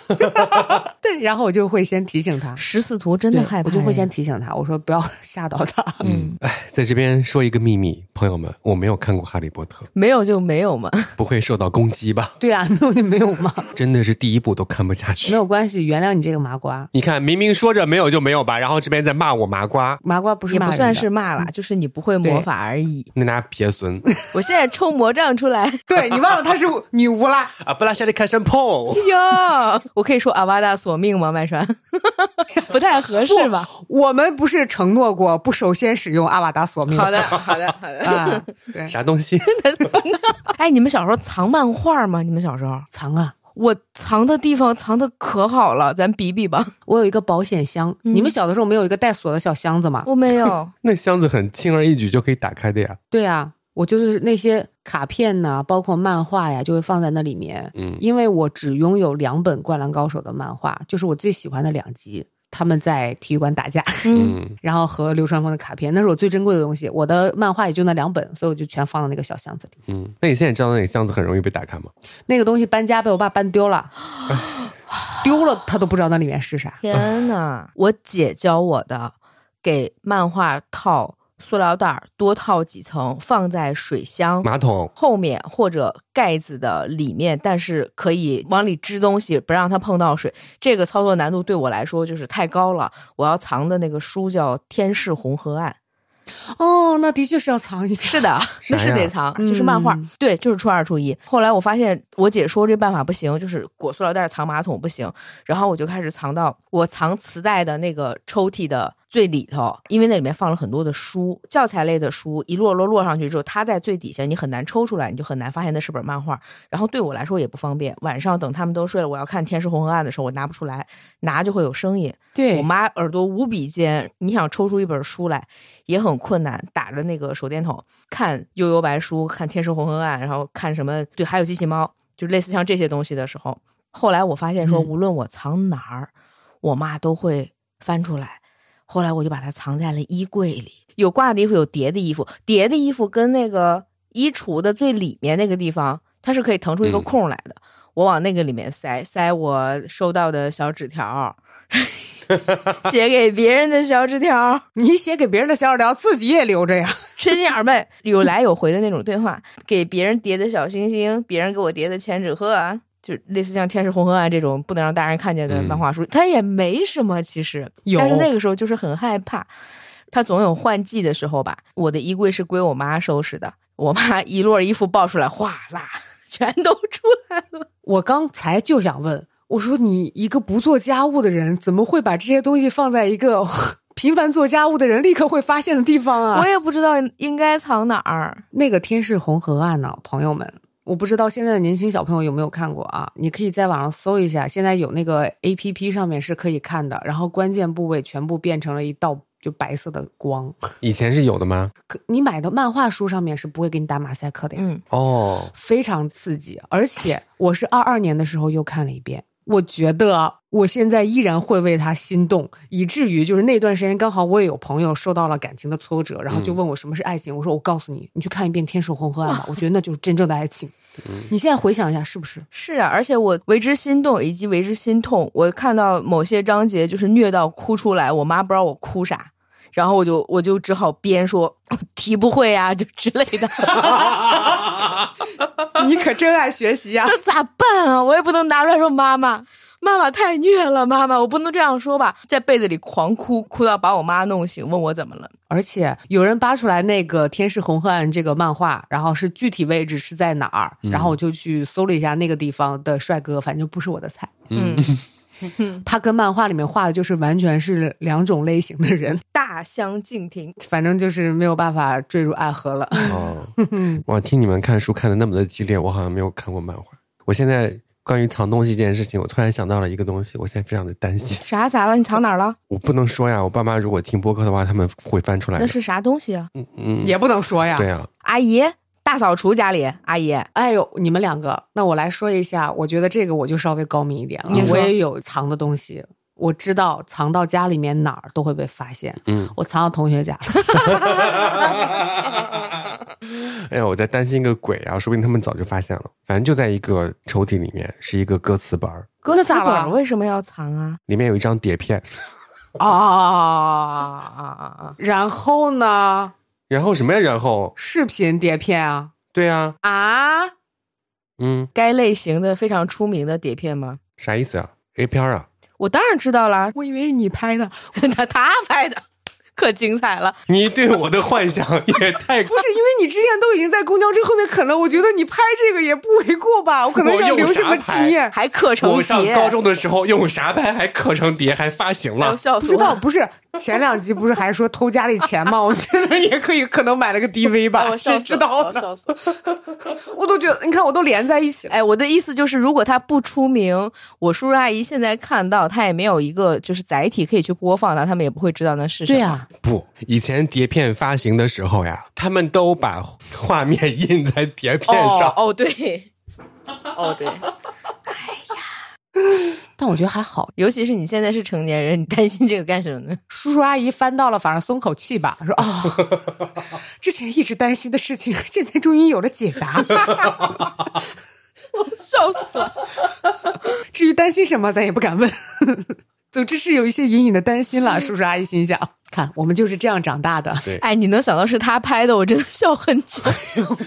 然后对，然后我就会先提醒他，十四图真的对害怕，我就会先，提醒他，我说不要 吓到他。嗯嗯，哎，在这边说一个秘密，朋友们，我没有看过《哈利波特》，没有就没 有嘛，不会受到攻击吧？对啊，没有就没有嘛，真的是第一部都看不下去。 没有关系，原谅你这个麻瓜，你看，明明说着没有就没有吧，然后这边在骂我麻瓜，麻瓜不是也骂不人算的是骂嗯啦，就是你不会魔对法而已。那拿撇 损我现在抽魔杖出来， 对你忘了她是女巫啦，啊！布拉夏利卡山碰，哟，我可以说阿瓦达索命吗？麦川， 不太合适吧？我们不是承诺过不首先使用阿瓦达索命 好的，好的，好的。啊，对，啥东西？ 哎，你们小时候藏漫画吗？你们小时候，藏啊。我藏的地方藏的可好了，咱比比吧。我有一个保险箱，嗯你们小的时候没有一个带锁的小箱子吗？ 我没 有，那箱子很轻而易举就可以打开的呀。对啊，我就是那些卡片呐、包括漫画呀，就会放在那里面。嗯因为我只拥有两本《灌篮高手》的漫画，就是我最喜欢的两集，他们在体育馆打架，嗯，嗯，然后和流川枫的卡片，那是我最珍贵的东西。我的漫画也就那两本，所以我就全放到那个小箱子里。嗯，那你现在知道那个箱子很容易被打开吗？那个东西搬家被我爸搬丢了， 丢了他都不知道那里面是啥。天呐，我姐教我的，给漫画套塑料袋儿，多套几层，放在水箱马桶，后面或者盖子的里面，但是可以往里支东西，不让它碰到水。这个操作难度对我来说就是太高了。我要藏的那个书叫《天使红河岸》，哦，那的确是要藏一下。是的，那 是得藏，就是漫画。嗯对，就是初二、初一。后来我发现我姐说这办法不行，就是裹塑料袋藏马桶不行，然后我就开始藏到我藏磁带的那个抽屉的最里头，因为那里面放了很多的书，教材类的书，一摞摞摞上去之后，它在最底下，你很难抽出来，你就很难发现那是本漫画。然后对我来说也不方便，晚上等他们都睡了，我要看《天是红和暗》的时候，我拿不出来，拿就会有声音。对，我妈耳朵无比尖，你想抽出一本书来也很困难，打着那个手电筒看《悠悠白书》、看《天是红和暗》，然后看什么对，还有机器猫，就类似像这些东西的时候，后来我发现说，嗯无论我藏哪儿，我妈都会翻出来。后来我就把它藏在了衣柜里，有挂的衣服，有叠的衣服，叠的衣服跟那个衣橱的最里面那个地方，它是可以腾出一个嗯空来的。我往那个里面塞，塞我收到的小纸条儿， 写给别人的小纸条儿，你写给别人的小纸条，自己也留着呀。缺心眼儿呗，有来有回的那种对话，给别人叠的小星星，别人给我叠的千纸鹤啊，就类似像《天使红河啊岸》这种不能让大人看见的漫画书，它也没什么，其实，有但是那个时候就是很害怕，它总有换季的时候吧。我的衣柜是归我妈收拾的，我妈一摞衣服抱出来，哗啦，全都出来了。我刚才就想问，我说你一个不做家务的人，怎么会把这些东西放在一个 频繁做家务的人立刻会发现的地方啊？我也不知道应该藏哪儿，那个《天是红河岸》呢，朋友们，我不知道现在的年轻小朋友有没有看过啊？你可以在网上搜一下，现在有那个 A P P 上面是可以看的，然后关键部位全部变成了一道就白色的光。以前是有的吗？可你买的漫画书上面是不会给你打马赛克的呀，嗯，哦，非常刺激。而且我是二二年的时候又看了一遍，我觉得我现在依然会为他心动，以至于就是那段时间刚好我也有朋友受到了感情的挫折，然后就问我什么是爱情，我说我告诉你，你去看一遍《天使红河岸》吧，我觉得那就是真正的爱情。你现在回想一下，是不是？是啊，而且我为之心动以及为之心痛。我看到某些章节就是虐到哭出来，我妈不知道我哭啥，然后我就我就只好编说哦题不会啊，就之类 的。你可真爱学习呀、那咋办啊？我也不能拿出来说妈妈，妈妈太虐了，妈妈，我不能这样说吧。在被子里狂哭，哭到把我妈弄醒，问我怎么了。而且有人扒出来那个《天是红河岸》这个漫画，然后是具体位置是在哪儿，然后我就去搜了一下那个地方的帅哥，反正不是我的菜。嗯，他跟漫画里面画的就是完全是两种类型的人，大相径庭。反正就是没有办法坠入爱河了。哦，哇，听你们看书看的那么的激烈，我好像没有看过漫画。我现在关于藏东西这件事情，我突然想到了一个东西，我现在非常的担 心。啥咋了？你藏哪儿了？我不能说呀，我爸妈如果听播客的话，他们会翻出来那的。是啥东西啊？嗯嗯， 也不能说呀对啊，阿姨，大扫除家里，阿姨。哎呦，你们两个，那我来说一下，我觉得这个我就稍微高明一点了你。我说也有藏的东西，我知道藏到家里面哪儿都会被发现。嗯，我藏到同学家了，哎呀，我在担心个鬼啊，说不定他们早就发现了。反正就在一个抽屉里面，是一个歌词本儿，歌那词咋本儿了为什么要藏啊？里面有一张碟片，啊啊啊啊啊！ 然后呢，然后什么呀？然后视频碟片啊对啊，啊，，嗯，该类型的非常出名的碟片吗？啥意思啊？A 片儿啊？我当然知道啦 我以为是你拍的，他他拍的可精彩了。你对我的幻想也太不是因为你之前都已经在公交车后面啃了，我觉得你拍这个也不为过吧？我可能我要用留啥什么纪拍念？还刻成我上碟高中的时候用啥拍还刻成碟还发行哎呦了，笑不死知我道，了！不是前两集不是还说偷家里钱 吗？我觉得也可以，可能买了个 DV 哎吧，我谁笑知死道了，我呢？笑死了。我都觉得，你看我都连在一起了。哎，我的意思就是，如果他不出名，我叔叔阿姨现在看到他也没有一个就是载体可以去播放的，他们也不会知道那是什么。对啊，不，以前碟片发行的时候呀，他们都把画面印在碟片哦上。哦对，哦对，但我觉得还好，尤其是你现在是成年人，你担心这个干什么呢？叔叔阿姨翻到了，反而松口气吧，说啊、 之前一直担心的事情，现在终于有了解 答。笑死了！至于担心什么，咱也不敢问。 总之是有一些隐隐的担心了，叔叔阿姨心想：嗯看，我们就是这样长大的， 对，哎，你能想到是他拍的，我真的笑很久。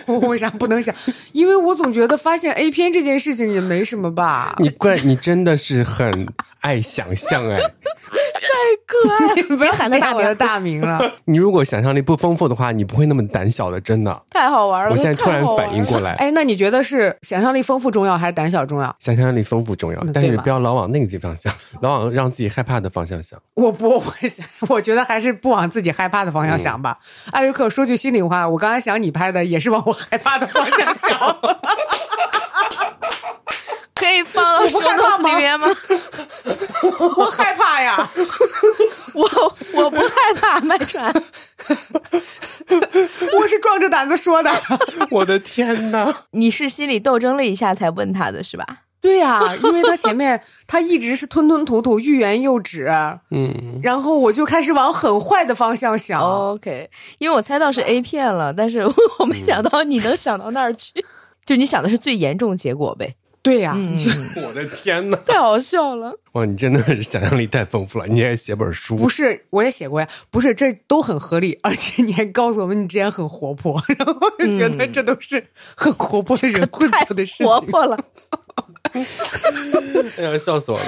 我为啥不能想？因为我总觉得发现 A 片这件事情也没什么吧。你怪你真的是很爱想象哎， 可爱了， 你不要喊喊他他大我名的大名了。 你如果想象力不丰富的话，你不会那么胆小的，真的。太好玩了！我现在突然太好玩了反应过来，哎，那你觉得是想象力丰富重要还是胆小重要？想象力丰富重要，嗯但对是吧不要老往那个地方想， 老往让自己害怕的方向想。我不，我想我觉得还是不往自己害怕的方向想吧。艾瑞克，说句心里话，我刚才想你拍的也是往我害怕的方向想。 可以放到我手不害怕里吗面吗？我害怕呀，我 我不害怕麦川，我是壮着胆子说的。我的天哪！ 你是心理斗争了一下才问他的是吧？ 对呀、因为他前面他一直是吞吞吐吐、欲言又止，嗯，然后我就开始往很坏的方向想。 OK，因为我猜到是 A 片了，但是我没想到你能想到那儿 去，就你想的是最严重结果呗。对呀、嗯，我的天哪！ 太好笑了。哇，你真的是想象力太丰富了，你也写本书。不是，我也写过呀，不是，这都很合理，而且你还告诉我们你之前很活泼，然后我就觉得嗯这都是很活泼的人会做的事活情。泼了， 哎呀，笑死我了！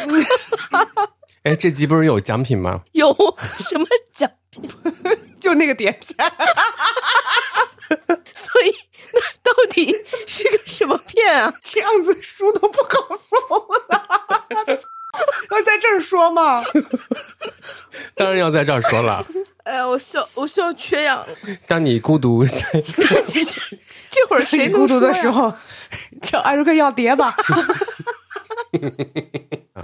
哎，这集不是有奖品吗？有 什么奖品？就那个碟片，所以那到底是个什么片啊？这样子书都不好送了， 要在这儿说吗？当然要在这儿说了。哎呀，我笑，我笑缺氧了。当你孤独，这这这会儿谁 你能孤独的说时？ 呀候，找艾瑞克要碟 吧。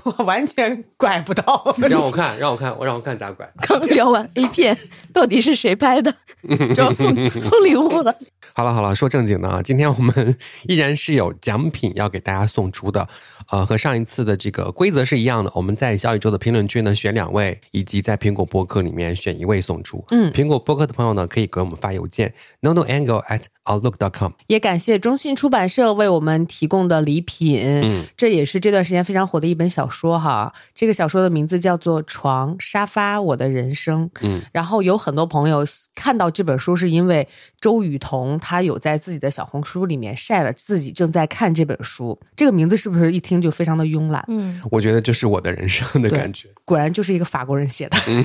我完全拐不到。让我看，让我看，我让我看咋拐。 刚聊完 A 片，到底是谁拍的？主要送 送礼物的。好了好了，说正经的啊，今天我们依然是有奖品要给大家送出的，呃，和上一次的这个规则是一样的。我们在小宇宙的评论区呢选两位，以及在苹果播客里面选一位送出。嗯苹果播客的朋友呢可以给我们发邮件 no no angle at outlook dot com。也感谢中信出版社为我们提供的礼品，嗯这也是这段时间非常火的一本小说哈。这个小说的名字叫做《床沙发我的人生》，嗯，然后有很多朋友看到这本书是因为周雨彤她有在自己的小红书里面晒了自己正在看这本书，这个名字是不是一听就非常的慵懒？嗯，我觉得这是我的人生的对感觉果然就是一个法国人写的，嗯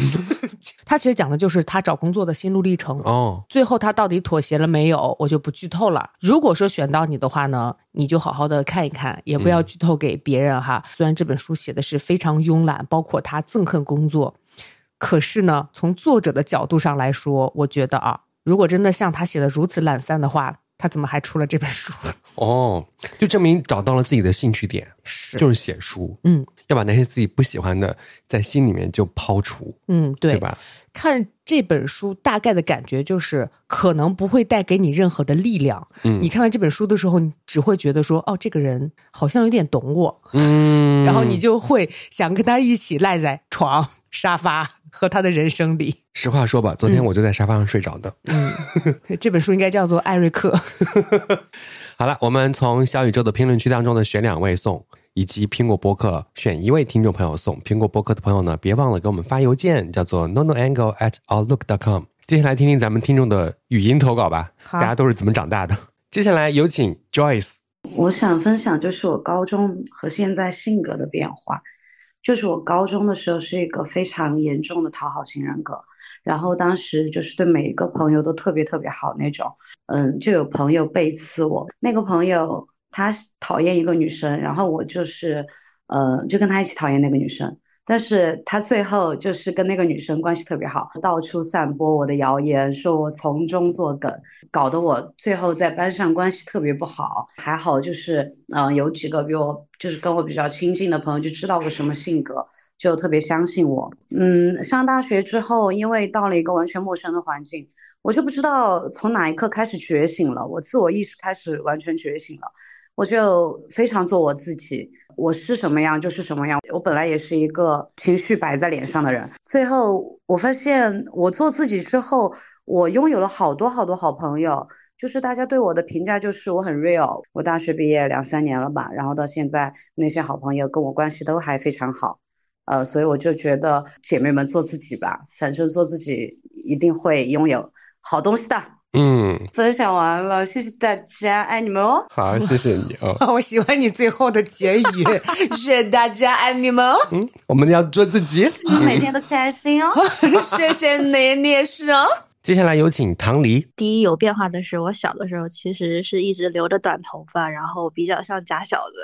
他其实讲的就是他找工作的心路历程。哦。最后他到底妥协了没有，我就不剧透了。如果说选到你的话呢，你就好好的看一看，也不要剧透给别人嗯哈。虽然这本书写的是非常慵懒，包括他憎恨工作，可是呢，从作者的角度上来说，我觉得啊，如果真的像他写的如此懒散的话，他怎么还出了这本 书？哦，就证明找到了自己的兴趣点，是就是写书。嗯要把那些自己不喜欢的在心里面就抛除，嗯，对对？吧？看这本书大概的感觉就是，可能不会带给你任何的力量。嗯你看完这本书的时候，你只会觉得说，哦，这个人好像有点懂我。嗯然后你就会想跟他一起赖在床、沙发和他的人生里。实话说吧，昨天我就在沙发上睡着的。嗯，这本书应该叫做《艾瑞克》。 好了，我们从小宇宙的评论区当中呢选两位送，以及苹果播客选一位听众朋友送。苹果播客的朋友呢，别忘了给我们发邮件，叫做 no no angle at outlook dot com。接下来听听咱们听众的语音投稿吧，好大家都是怎么长大的？接下来有请 Joyce。我想分享就是我高中和现在性格的变化。就是我高中的时候是一个非常严重的讨好型人格，然后当时就是对每一个朋友都特别特别好那种。嗯，就有朋友背刺我，那个朋友他是讨厌一个女生，然后我就是，呃，就跟他一起讨厌那个女生。但是他最后就是跟那个女生关系特别好，到处散播我的谣言，说我从中作梗，搞得我最后在班上关系特别不好。还好就是，嗯、有几个比我就是跟我比较亲近的朋友就知道我什么性格，就特别相信我。嗯，上大学之后，因为到了一个完全陌生的环境，我就不知道从哪一刻开始觉醒了，我自我意识开始完全觉醒了，我就非常做我自己，我是什么样就是什么样。我本来也是一个情绪摆在脸上的人，最后我发现我做自己之后，我拥有了好多好多好朋友。就是大家对我的评价就是我很 real。我大学毕业两三年了吧，然后到现在那些好朋友跟我关系都还非常好，呃，所以我就觉得姐妹们做自己吧，反正做自己一定会拥有好东西的。嗯，分享完了，谢谢大家，爱你 们哦。好，谢谢你 啊、我喜欢你最后的结 语，谢谢大家，爱你们哦，嗯，我们要做自己。你们每天都开心哦。谢谢你，你也是哦。接下来有请唐黎，第一有变化的是，我小的时候其实是一直留着短头发，然后比较像假小子，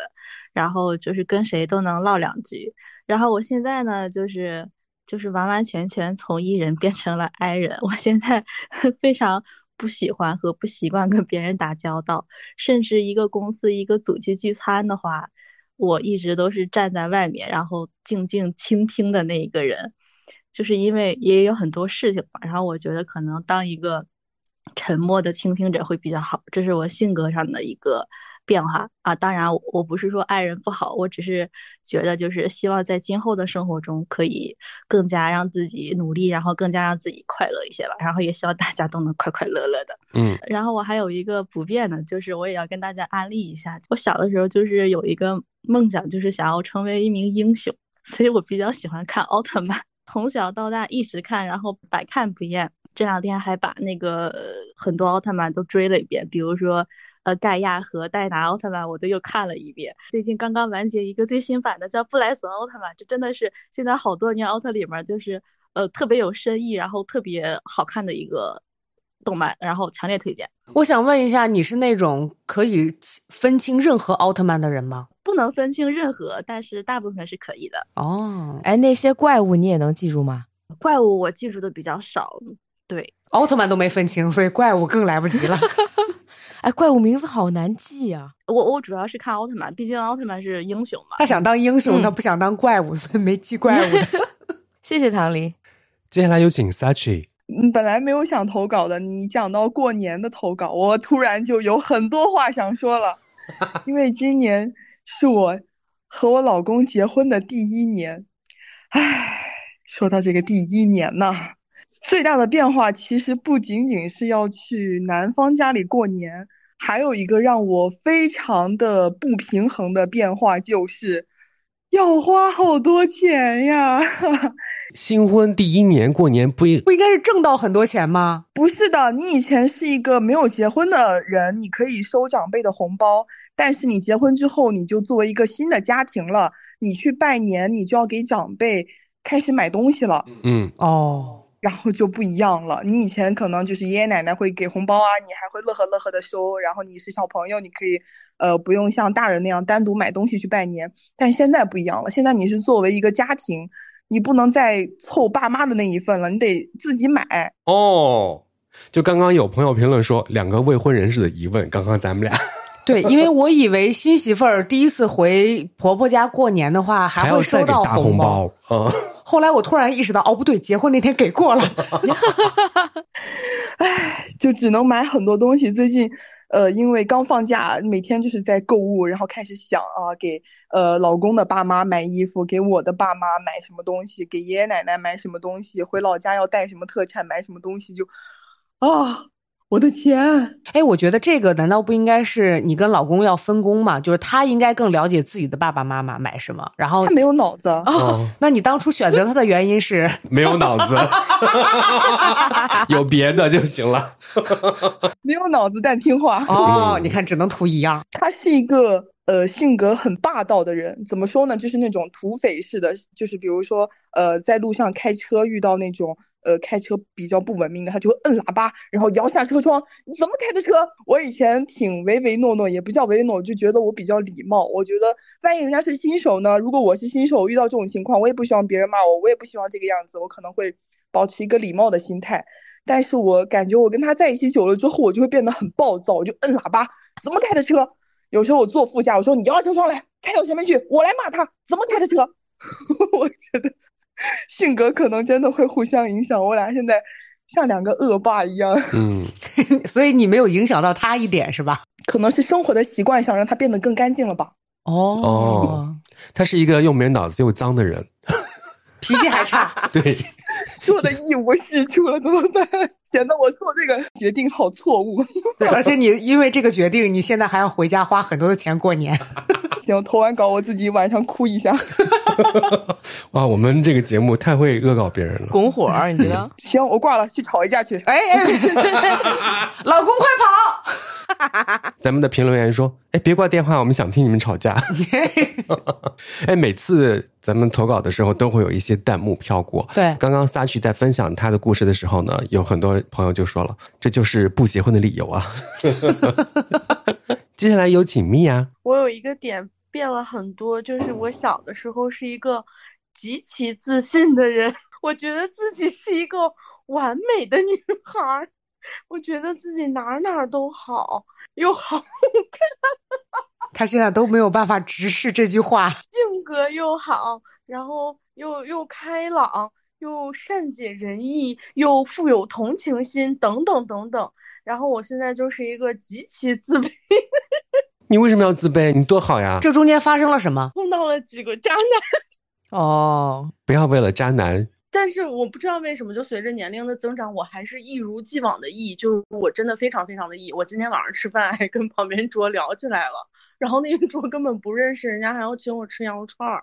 然后就是跟谁都能唠两句。然后我现在呢，就是就是完完全全从 E 人变成了 I 人，我现在 非常不喜欢和不习惯跟别人打交道，甚至一个公司一个组去聚餐的话，我一直都是站在外面，然后静静倾听的那一个人。就是因为也有很多事情嘛，然后我觉得可能当一个沉默的倾听者会比较好，这是我性格上的一个变化啊。当然我，我不是说爱人不好，我只是觉得就是希望在今后的生活中可以更加让自己努力，然后更加让自己快乐一些吧。然后也希望大家都能快快乐乐的。嗯然后我还有一个不变的，就是我也要跟大家安利一下。我小的时候就是有一个梦想，就是想要成为一名英雄，所以我比较喜欢看奥特曼，从小到大一直看，然后百看不厌。这两天还把那个呃很多奥特曼都追了一遍，比如说呃盖亚和戴拿奥特曼，我都又看了一遍。最近刚刚完结一个最新版的叫布莱泽奥特曼，这真的是现在好多年奥特里面就是呃特别有深意，然后特别好看的一个动漫，然后强烈推荐。我想问一下，你是那种可以分清任何奥特曼的人吗？不能分清任何，但是大部分是可以的。哦，哎，那些怪物你也能记住吗？怪物我记住的比较少，对，奥特曼都没分清，所以怪物更来不及了。哎，怪物名字好难记啊！我我主要是看奥特曼，毕竟奥特曼是英雄嘛。他想当英雄，嗯他不想当怪物，所以没记怪物的。谢谢唐林，接下来有请 Sachi。嗯，本来没有想投稿的，你讲到过年的投稿，我突然就有很多话想说了，因为今年是我和我老公结婚的第一年。唉，说到这个第一年呐，最大的变化其实不仅仅是要去男方家里过年，还有一个让我非常的不平衡的变化就是要花好多钱呀。新婚第一年过年不一 不应该是挣到很多钱吗？不是的，你以前是一个没有结婚的人，你可以收长辈的红包，但是你结婚之后，你就作为一个新的家庭了，你去拜年，你就要给长辈开始买东西了，嗯哦，然后就不一样了。你以前可能就是爷爷奶奶会给红包啊，你还会乐呵乐呵的收，然后你是小朋友，你可以呃不用像大人那样单独买东西去拜年，但是现在不一样了，现在你是作为一个家庭，你不能再凑爸妈的那一份了，你得自己买。哦，就刚刚有朋友评论说两个未婚人士的疑问，刚刚咱们俩对，因为我以为新媳妇儿第一次回婆婆家过年的话，还要会再收给到大红包。包啊、后来我突然意识到，哦，不对，结婚那天给过了。就只能买很多东西。最近，呃，因为刚放假，每天就是在购物，然后开始想啊，给呃老公的爸妈买衣服，给我的爸妈买什么东西，给爷爷奶奶买什么东西，回老家要带什么特产，买什么东西就，啊，我的钱！ 哎，我觉得这个难道不应该是你跟老公要分工吗？就是他应该更了解自己的爸爸妈妈买什么，然后他没有脑子，哦，那你当初选择他的原因是？ 没有脑子，有别的就行了。没有脑子，但听话。哦，你看只能图一样。 他是一个呃性格很霸道的人，怎么说呢？就是那种土匪似的，就是比如说呃在路上开车遇到那种呃开车比较不文明的，他就会摁喇叭，然后摇下车窗，你怎么开的车？我以前挺唯唯诺诺，也不叫唯唯诺，诺，就觉得我比较礼貌。我觉得万一人家是新手呢？如果我是新手遇到这种情况，我也不希望别人骂我，我也不希望这个样子，我可能会保持一个礼貌的心态。但是我感觉我跟他在一起久了之后，我就会变得很暴躁，我就摁喇叭，怎么开的车？有时候我坐副驾，我说你摇下车窗来，开到前面去，我来骂他，怎么开的车？ 我觉得性格可能真的会互相影响，我俩现在像两个恶霸一样，嗯，所以你没有影响到他一点是吧？可能是生活的习惯想让他变得更干净了吧。哦，他是一个又没脑子又脏的 人。脾气还 差。对，说的一无是处了，怎么办？显得我做这个决定好错误。 对，而且你因为这个决定，你现在还要回家花很多的钱过年。行，投完稿我自己晚上哭一下。哇，我们这个节目太会恶搞别人了。 拱火儿，你觉 得？行，我挂了，去吵一架去。 哎哎， 老公快咱们的评论员说：“哎，别挂电话，我们想听你们吵架。” 哎，每次咱们投稿的时候，都会有一些弹幕飘过。对刚刚 Sachi 在分享他的故事的时候呢，有很多朋友就说了，这就是不结婚的理由啊。 接下来有请米娅，我有一个点变了很多，就是我小的时候是一个极其自信的人， 我觉得自己是一个完美的女孩儿， 我觉得自己哪儿哪儿都好，又好跑！ 他现在都没有办法直视这句话。性格又好，然后又又开朗，又善解人意，又富有同情心，等等等等。然后我现在就是一个极其自卑，你为什么要自卑？你多好呀！这中间发生了什么？碰到了几个渣男，哦，不要为了渣男，但是我不知道为什么，就随着年龄的增长，我还是一如既往的 E，就是我真的非常非常的 E。我今天晚上吃饭还跟旁边桌聊起来了，然后那个桌根本不认识，人家还要请我吃羊肉串儿。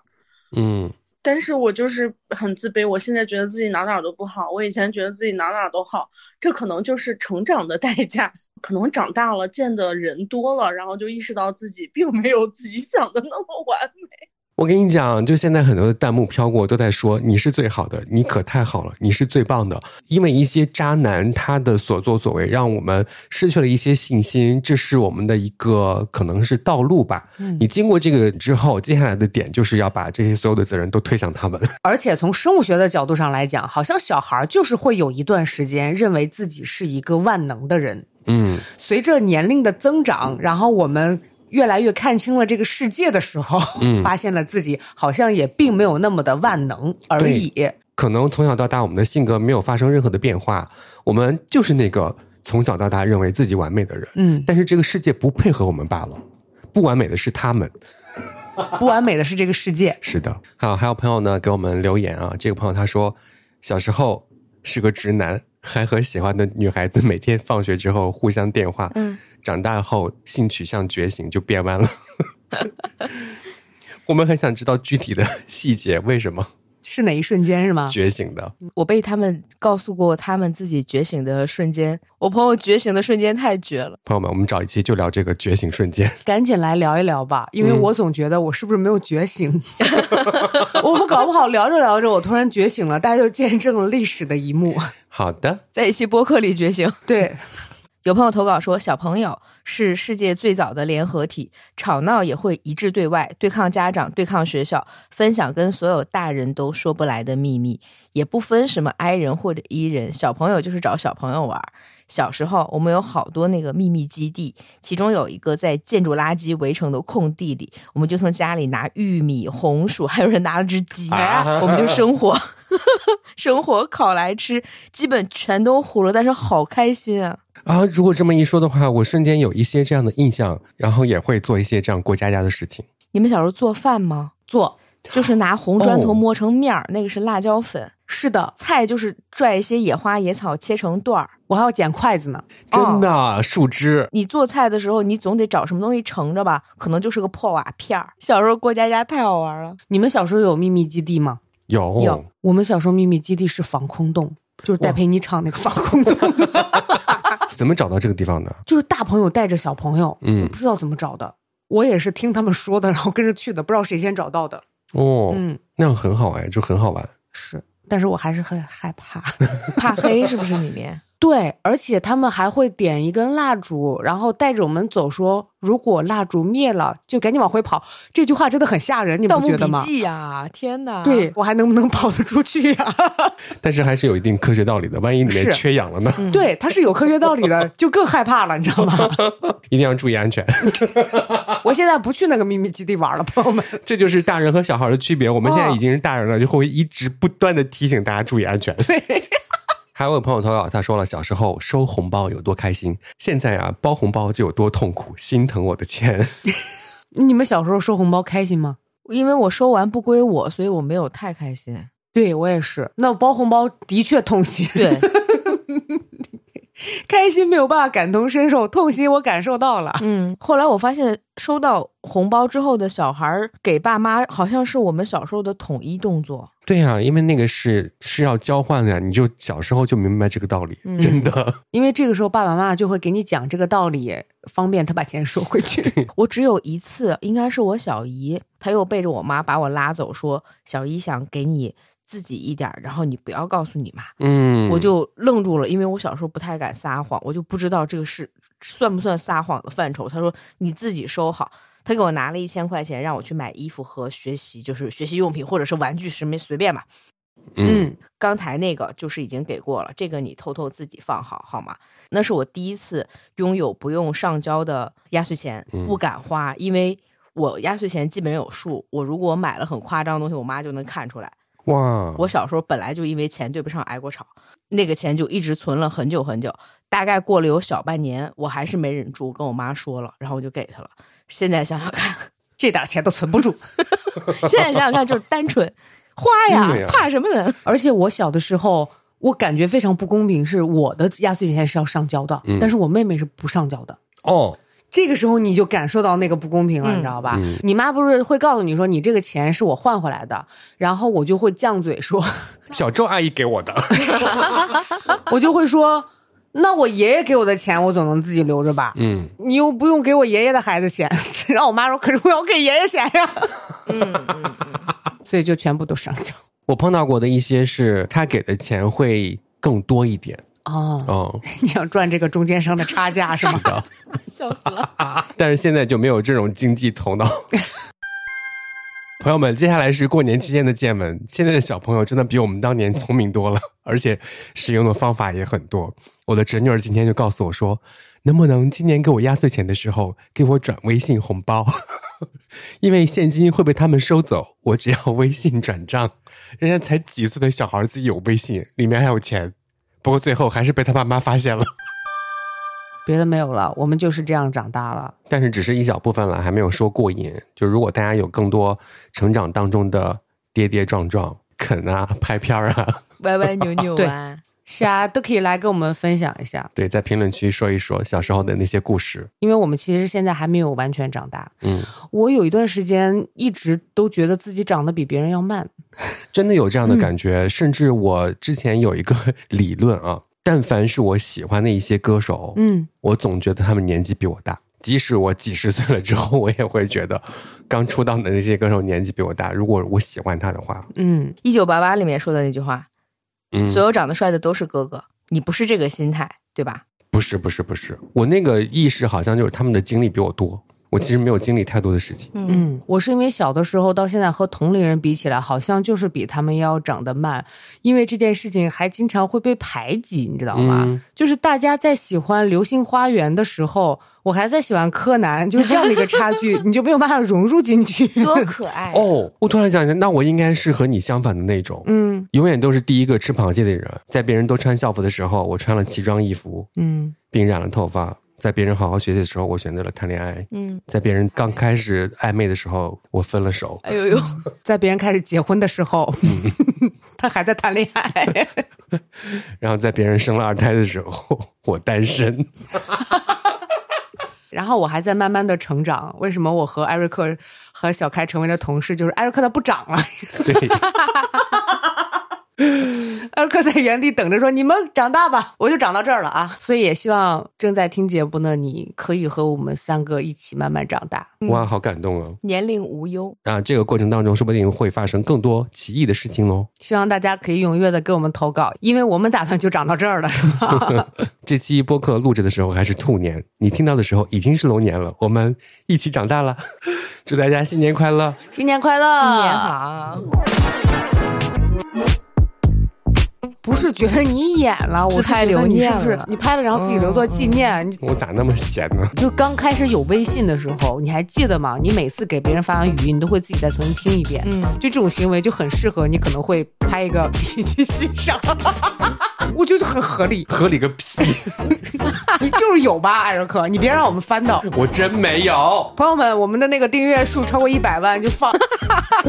嗯，但是我就是很自卑，我现在觉得自己哪哪儿都不好，我以前觉得自己哪哪儿都好，这可能就是成长的代价。可能长大了，见的人多了，然后就意识到自己并没有自己想的那么完美。我跟你讲，就现在很多的弹幕飘过，都在说你是最好的，你可太好了，你是最棒的。因为一些渣男他的所作所为，让我们失去了一些信心，这是我们的一个可能是道路吧。嗯你经过这个之后，接下来的点就是要把这些所有的责任都推向他们。而且从生物学的角度上来讲，好像小孩儿就是会有一段时间认为自己是一个万能的人。嗯，随着年龄的增长，然后我们越来越看清了这个世界的时候，嗯发现了自己好像也并没有那么的万能而已。可能从小到大我们的性格没有发生任何的变化，我们就是那个从小到大认为自己完美的人，嗯，但是这个世界不配合我们罢了。不完美的是他们，不完美的是这个世界。是的，好，还有朋友呢给我们留言啊，这个朋友他说，小时候是个直男，还和喜欢的女孩子每天放学之后互相电话，嗯，长大后性取向觉醒就变弯了。 我们很想知道具体的细节，为什么是哪一瞬间是吗？觉醒的？我被他们告诉过他们自己觉醒的瞬间，我朋友觉醒的瞬间太绝了。朋友们，我们找一期就聊这个觉醒瞬间。赶紧来聊一聊吧，因为嗯我总觉得我是不是没有觉醒？ 我们搞不好聊着聊着，我突然觉醒了，大家就见证了历史的一幕。 好的，在一期播客里觉醒。对，有朋友投稿说，小朋友是世界最早的联合体，吵闹也会一致对外，对抗家长，对抗学校，分享跟所有大人都说不来的秘密，也不分什么 I 人或者 E 人，小朋友就是找小朋友玩儿。小时候，我们有好多那个秘密基地，其中有一个在建筑垃圾围成的空地里，我们就从家里拿玉米、红薯，还有人拿了只鸡，啊我们就生火， 生火烤来吃，基本全都糊了，但是好开心啊！啊，如果这么一说的话，我瞬间有一些这样的印象，然后也会做一些这样过家家的事情。你们小时候做饭吗？做就是拿红砖哦头磨成面儿，那个是辣椒粉。是的，菜就是拽一些野花野草切成段儿。我还要捡筷子呢。真的、树枝，你做菜的时候，你总得找什么东西盛着吧？可能就是个破瓦片儿。小时候过家家太好玩了。你们小时候有秘密基地吗？有有我们小时候秘密基地是防空洞，就是戴佩妮唱那个防空洞， 怎么找到这个地方呢？就是大朋友带着小朋友，嗯不知道怎么找的。我也是听他们说的，然后跟着去的，不知道谁先找到的。哦，嗯，那样很好哎，就很好玩。是，但是我还是很害怕。 怕黑是不是里面？对，而且他们还会点一根蜡烛，然后带着我们走说，如果蜡烛灭了，就赶紧往回跑。这句话真的很吓人， 你盗不墓觉得笔吗？记啊呀、天哪！对，我还能不能跑得出 去呀、但是还是有一定科学道理的，万一里面是缺氧了呢？嗯对，它是有科学道理的，就更害怕了，你知道吗？一定要注意安全。 我现在不去那个秘密基地玩了， 朋友们。这就是大人和小孩的区别。我们现在哦已经是大人了，就会一直不断的提醒大家注意安全。对。 还有朋友投稿，他说了，小时候收红包有多开心，现在啊包红包就有多痛苦，心疼我的钱。你们小时候收红包开心吗？因为我收完不归我，所以我没有太开心。对我也是，那包红包的确痛心。对，开 开心没有办法感同身受，痛心我感受到了。 嗯，后来我发现收到红包之后的小孩儿给爸妈，好像是我们小时候的统一动作。 对呀、因为那个是是要交换的呀，你就小时候就明白这个道理，嗯真的。因为这个时候爸爸妈妈就会给你讲这个道理，方便他把钱收回去。 我只有一次，应该是我小姨，她又背着我妈把我拉走，说小姨想给你自己一点儿，然后你不要告诉你妈。 嗯，我就愣住了，因为我小时候不太敢撒谎，我就不知道这个是算不算撒谎的范畴。他说你自己收好，他给我拿了一千块钱，让我去买衣服和学习，就是学习用品或者是玩具什么随便吧。嗯，刚才那个就是已经给过了，这个你偷偷自己放好好吗？那是我第一次拥有不用上交的压岁钱，嗯不敢花，因为我压岁钱基本有数，我如果买了很夸张的东西，我妈就能看出来。哇，我小时候本来就因为钱对不上挨过吵，那个钱就一直存了很久很久，大概过了有小半年，我还是没忍住跟我妈说了，然后我就给她了。现在想想看，这点钱都存不住。现在想想看就是单纯花呀，嗯对呀怕什么呢？ 而且我小的时候，我感觉非常不公平，是我的压岁钱是要上交的，嗯但是我妹妹是不上交的。哦，这个时候你就感受到那个不公平了，嗯你知道吧？嗯你妈不是会告诉你说你这个钱是我换回来的，然后我就会犟嘴说， 小周阿姨给我的，我就会说，那我爷爷给我的钱我总能自己留着吧？嗯，你又不用给我爷爷的孩子钱， 然后我妈说：“可是我要给爷爷钱呀。嗯嗯嗯，” 所以就全部都上交。我碰到过的一些是他给的钱会更多一点，哦， 哦，你想赚这个中间商的差价是吗是？的， 笑死了。 但是现在就没有这种经济头脑。 朋友们，接下来是过年期间的见闻。现在的小朋友真的比我们当年聪明多了， 而且使用的方法也很多。我的侄女儿今天就告诉我说，能不能今年给我压岁钱的时候给我转微信红包， 因为现金会被他们收走，我只要微信转账。人家才几岁的小孩自己有微信，里面还有钱，不过最后还是被他爸妈发现了， 别的没有了，我们就是这样长大了。但是只是一小部分了，还没有说过瘾。就如果大家有更多成长当中的跌跌撞撞、啃啊、 拍片儿啊， 歪 歪扭扭对啊，是啊，都可以来跟我们分享一下，对，在评论区说一说小时候的那些故事。因为我们其实现在还没有完全长大。嗯，我有一段时间一直都觉得自己长得比别人要慢。真的有这样的感觉。甚至我之前有一个 理论啊，但凡是我喜欢的一些歌手，嗯，我总觉得他们年纪比我大。即使我几十岁了之后，我也会觉得刚出道的那些歌手年纪比我大。如果我喜欢他的话，嗯， 《一九八八》里面说的那句话，嗯，所有长得帅的都是哥哥，你不是这个心态，对吧？ 不是不是不是，我那个意识好像就是他们的经历比我多，我其实没有经历太多的事情。嗯，我是因为小的时候到现在和同龄人比起来，好像就是比他们要长得慢，因为这件事情还经常会被排挤，你知道吗？嗯就是大家在喜欢《流星花园》的时候，我还在喜欢柯南，就是这样的一个差距，你就没有办法融入进去。多可爱啊！哦，我突然想起来，那我应该是和你相反的那种，嗯永远都是第一个吃螃蟹的人。在别人都穿校服的时候，我穿了奇装异服，嗯，并染了头发；在别人好好学习的时候，我选择了谈恋爱；嗯，在别人刚开始暧昧的时候，我分了手。哎呦呦，在别人开始结婚的时候，嗯 他还在谈恋爱。然后在别人生了二胎的时候， 我单身。然后我还在慢慢的成长。为什么我和艾瑞克和小开成为了同事？就是艾瑞克他不长了，对，艾瑞克在原地等着说：“你们长大吧，我就长到这儿了啊！”所以也希望正在听节目的你，可以和我们三个一起慢慢长大。哇，好感动哦！年龄无忧，啊，这个过程当中，说不定会发生更多奇异的事情喽。希望大家可以踊跃的给我们投稿，因为我们打算就长到这儿了，是吗？这期播客录制的时候还是兔年，你听到的时候已经是龙年了。我们一起长大了， 祝大家新年快乐！新年快乐！新年！好，不是觉得你演了，我自拍是觉得你留念是不是了嗯你拍了，然后自己留作纪念？你我咋那么闲呢？就刚开始有微信的时候，你还记得吗？你每次给别人发完语音，你都会自己再重新听一遍。嗯。 就这种行为就很适合你，可能会拍一个自己去欣赏。 我觉得很合理。 合理个屁！你就是有吧，艾瑞克，你别让我们翻到。我真没有。朋友们，我们的那个订阅数超过一百万就放，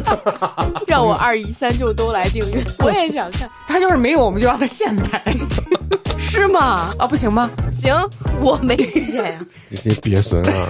让我二姨三舅都来订阅，我也想看，他就是没有，我们就让他现买是吗？啊，不行吗？行，我没意见呀。你别损啊！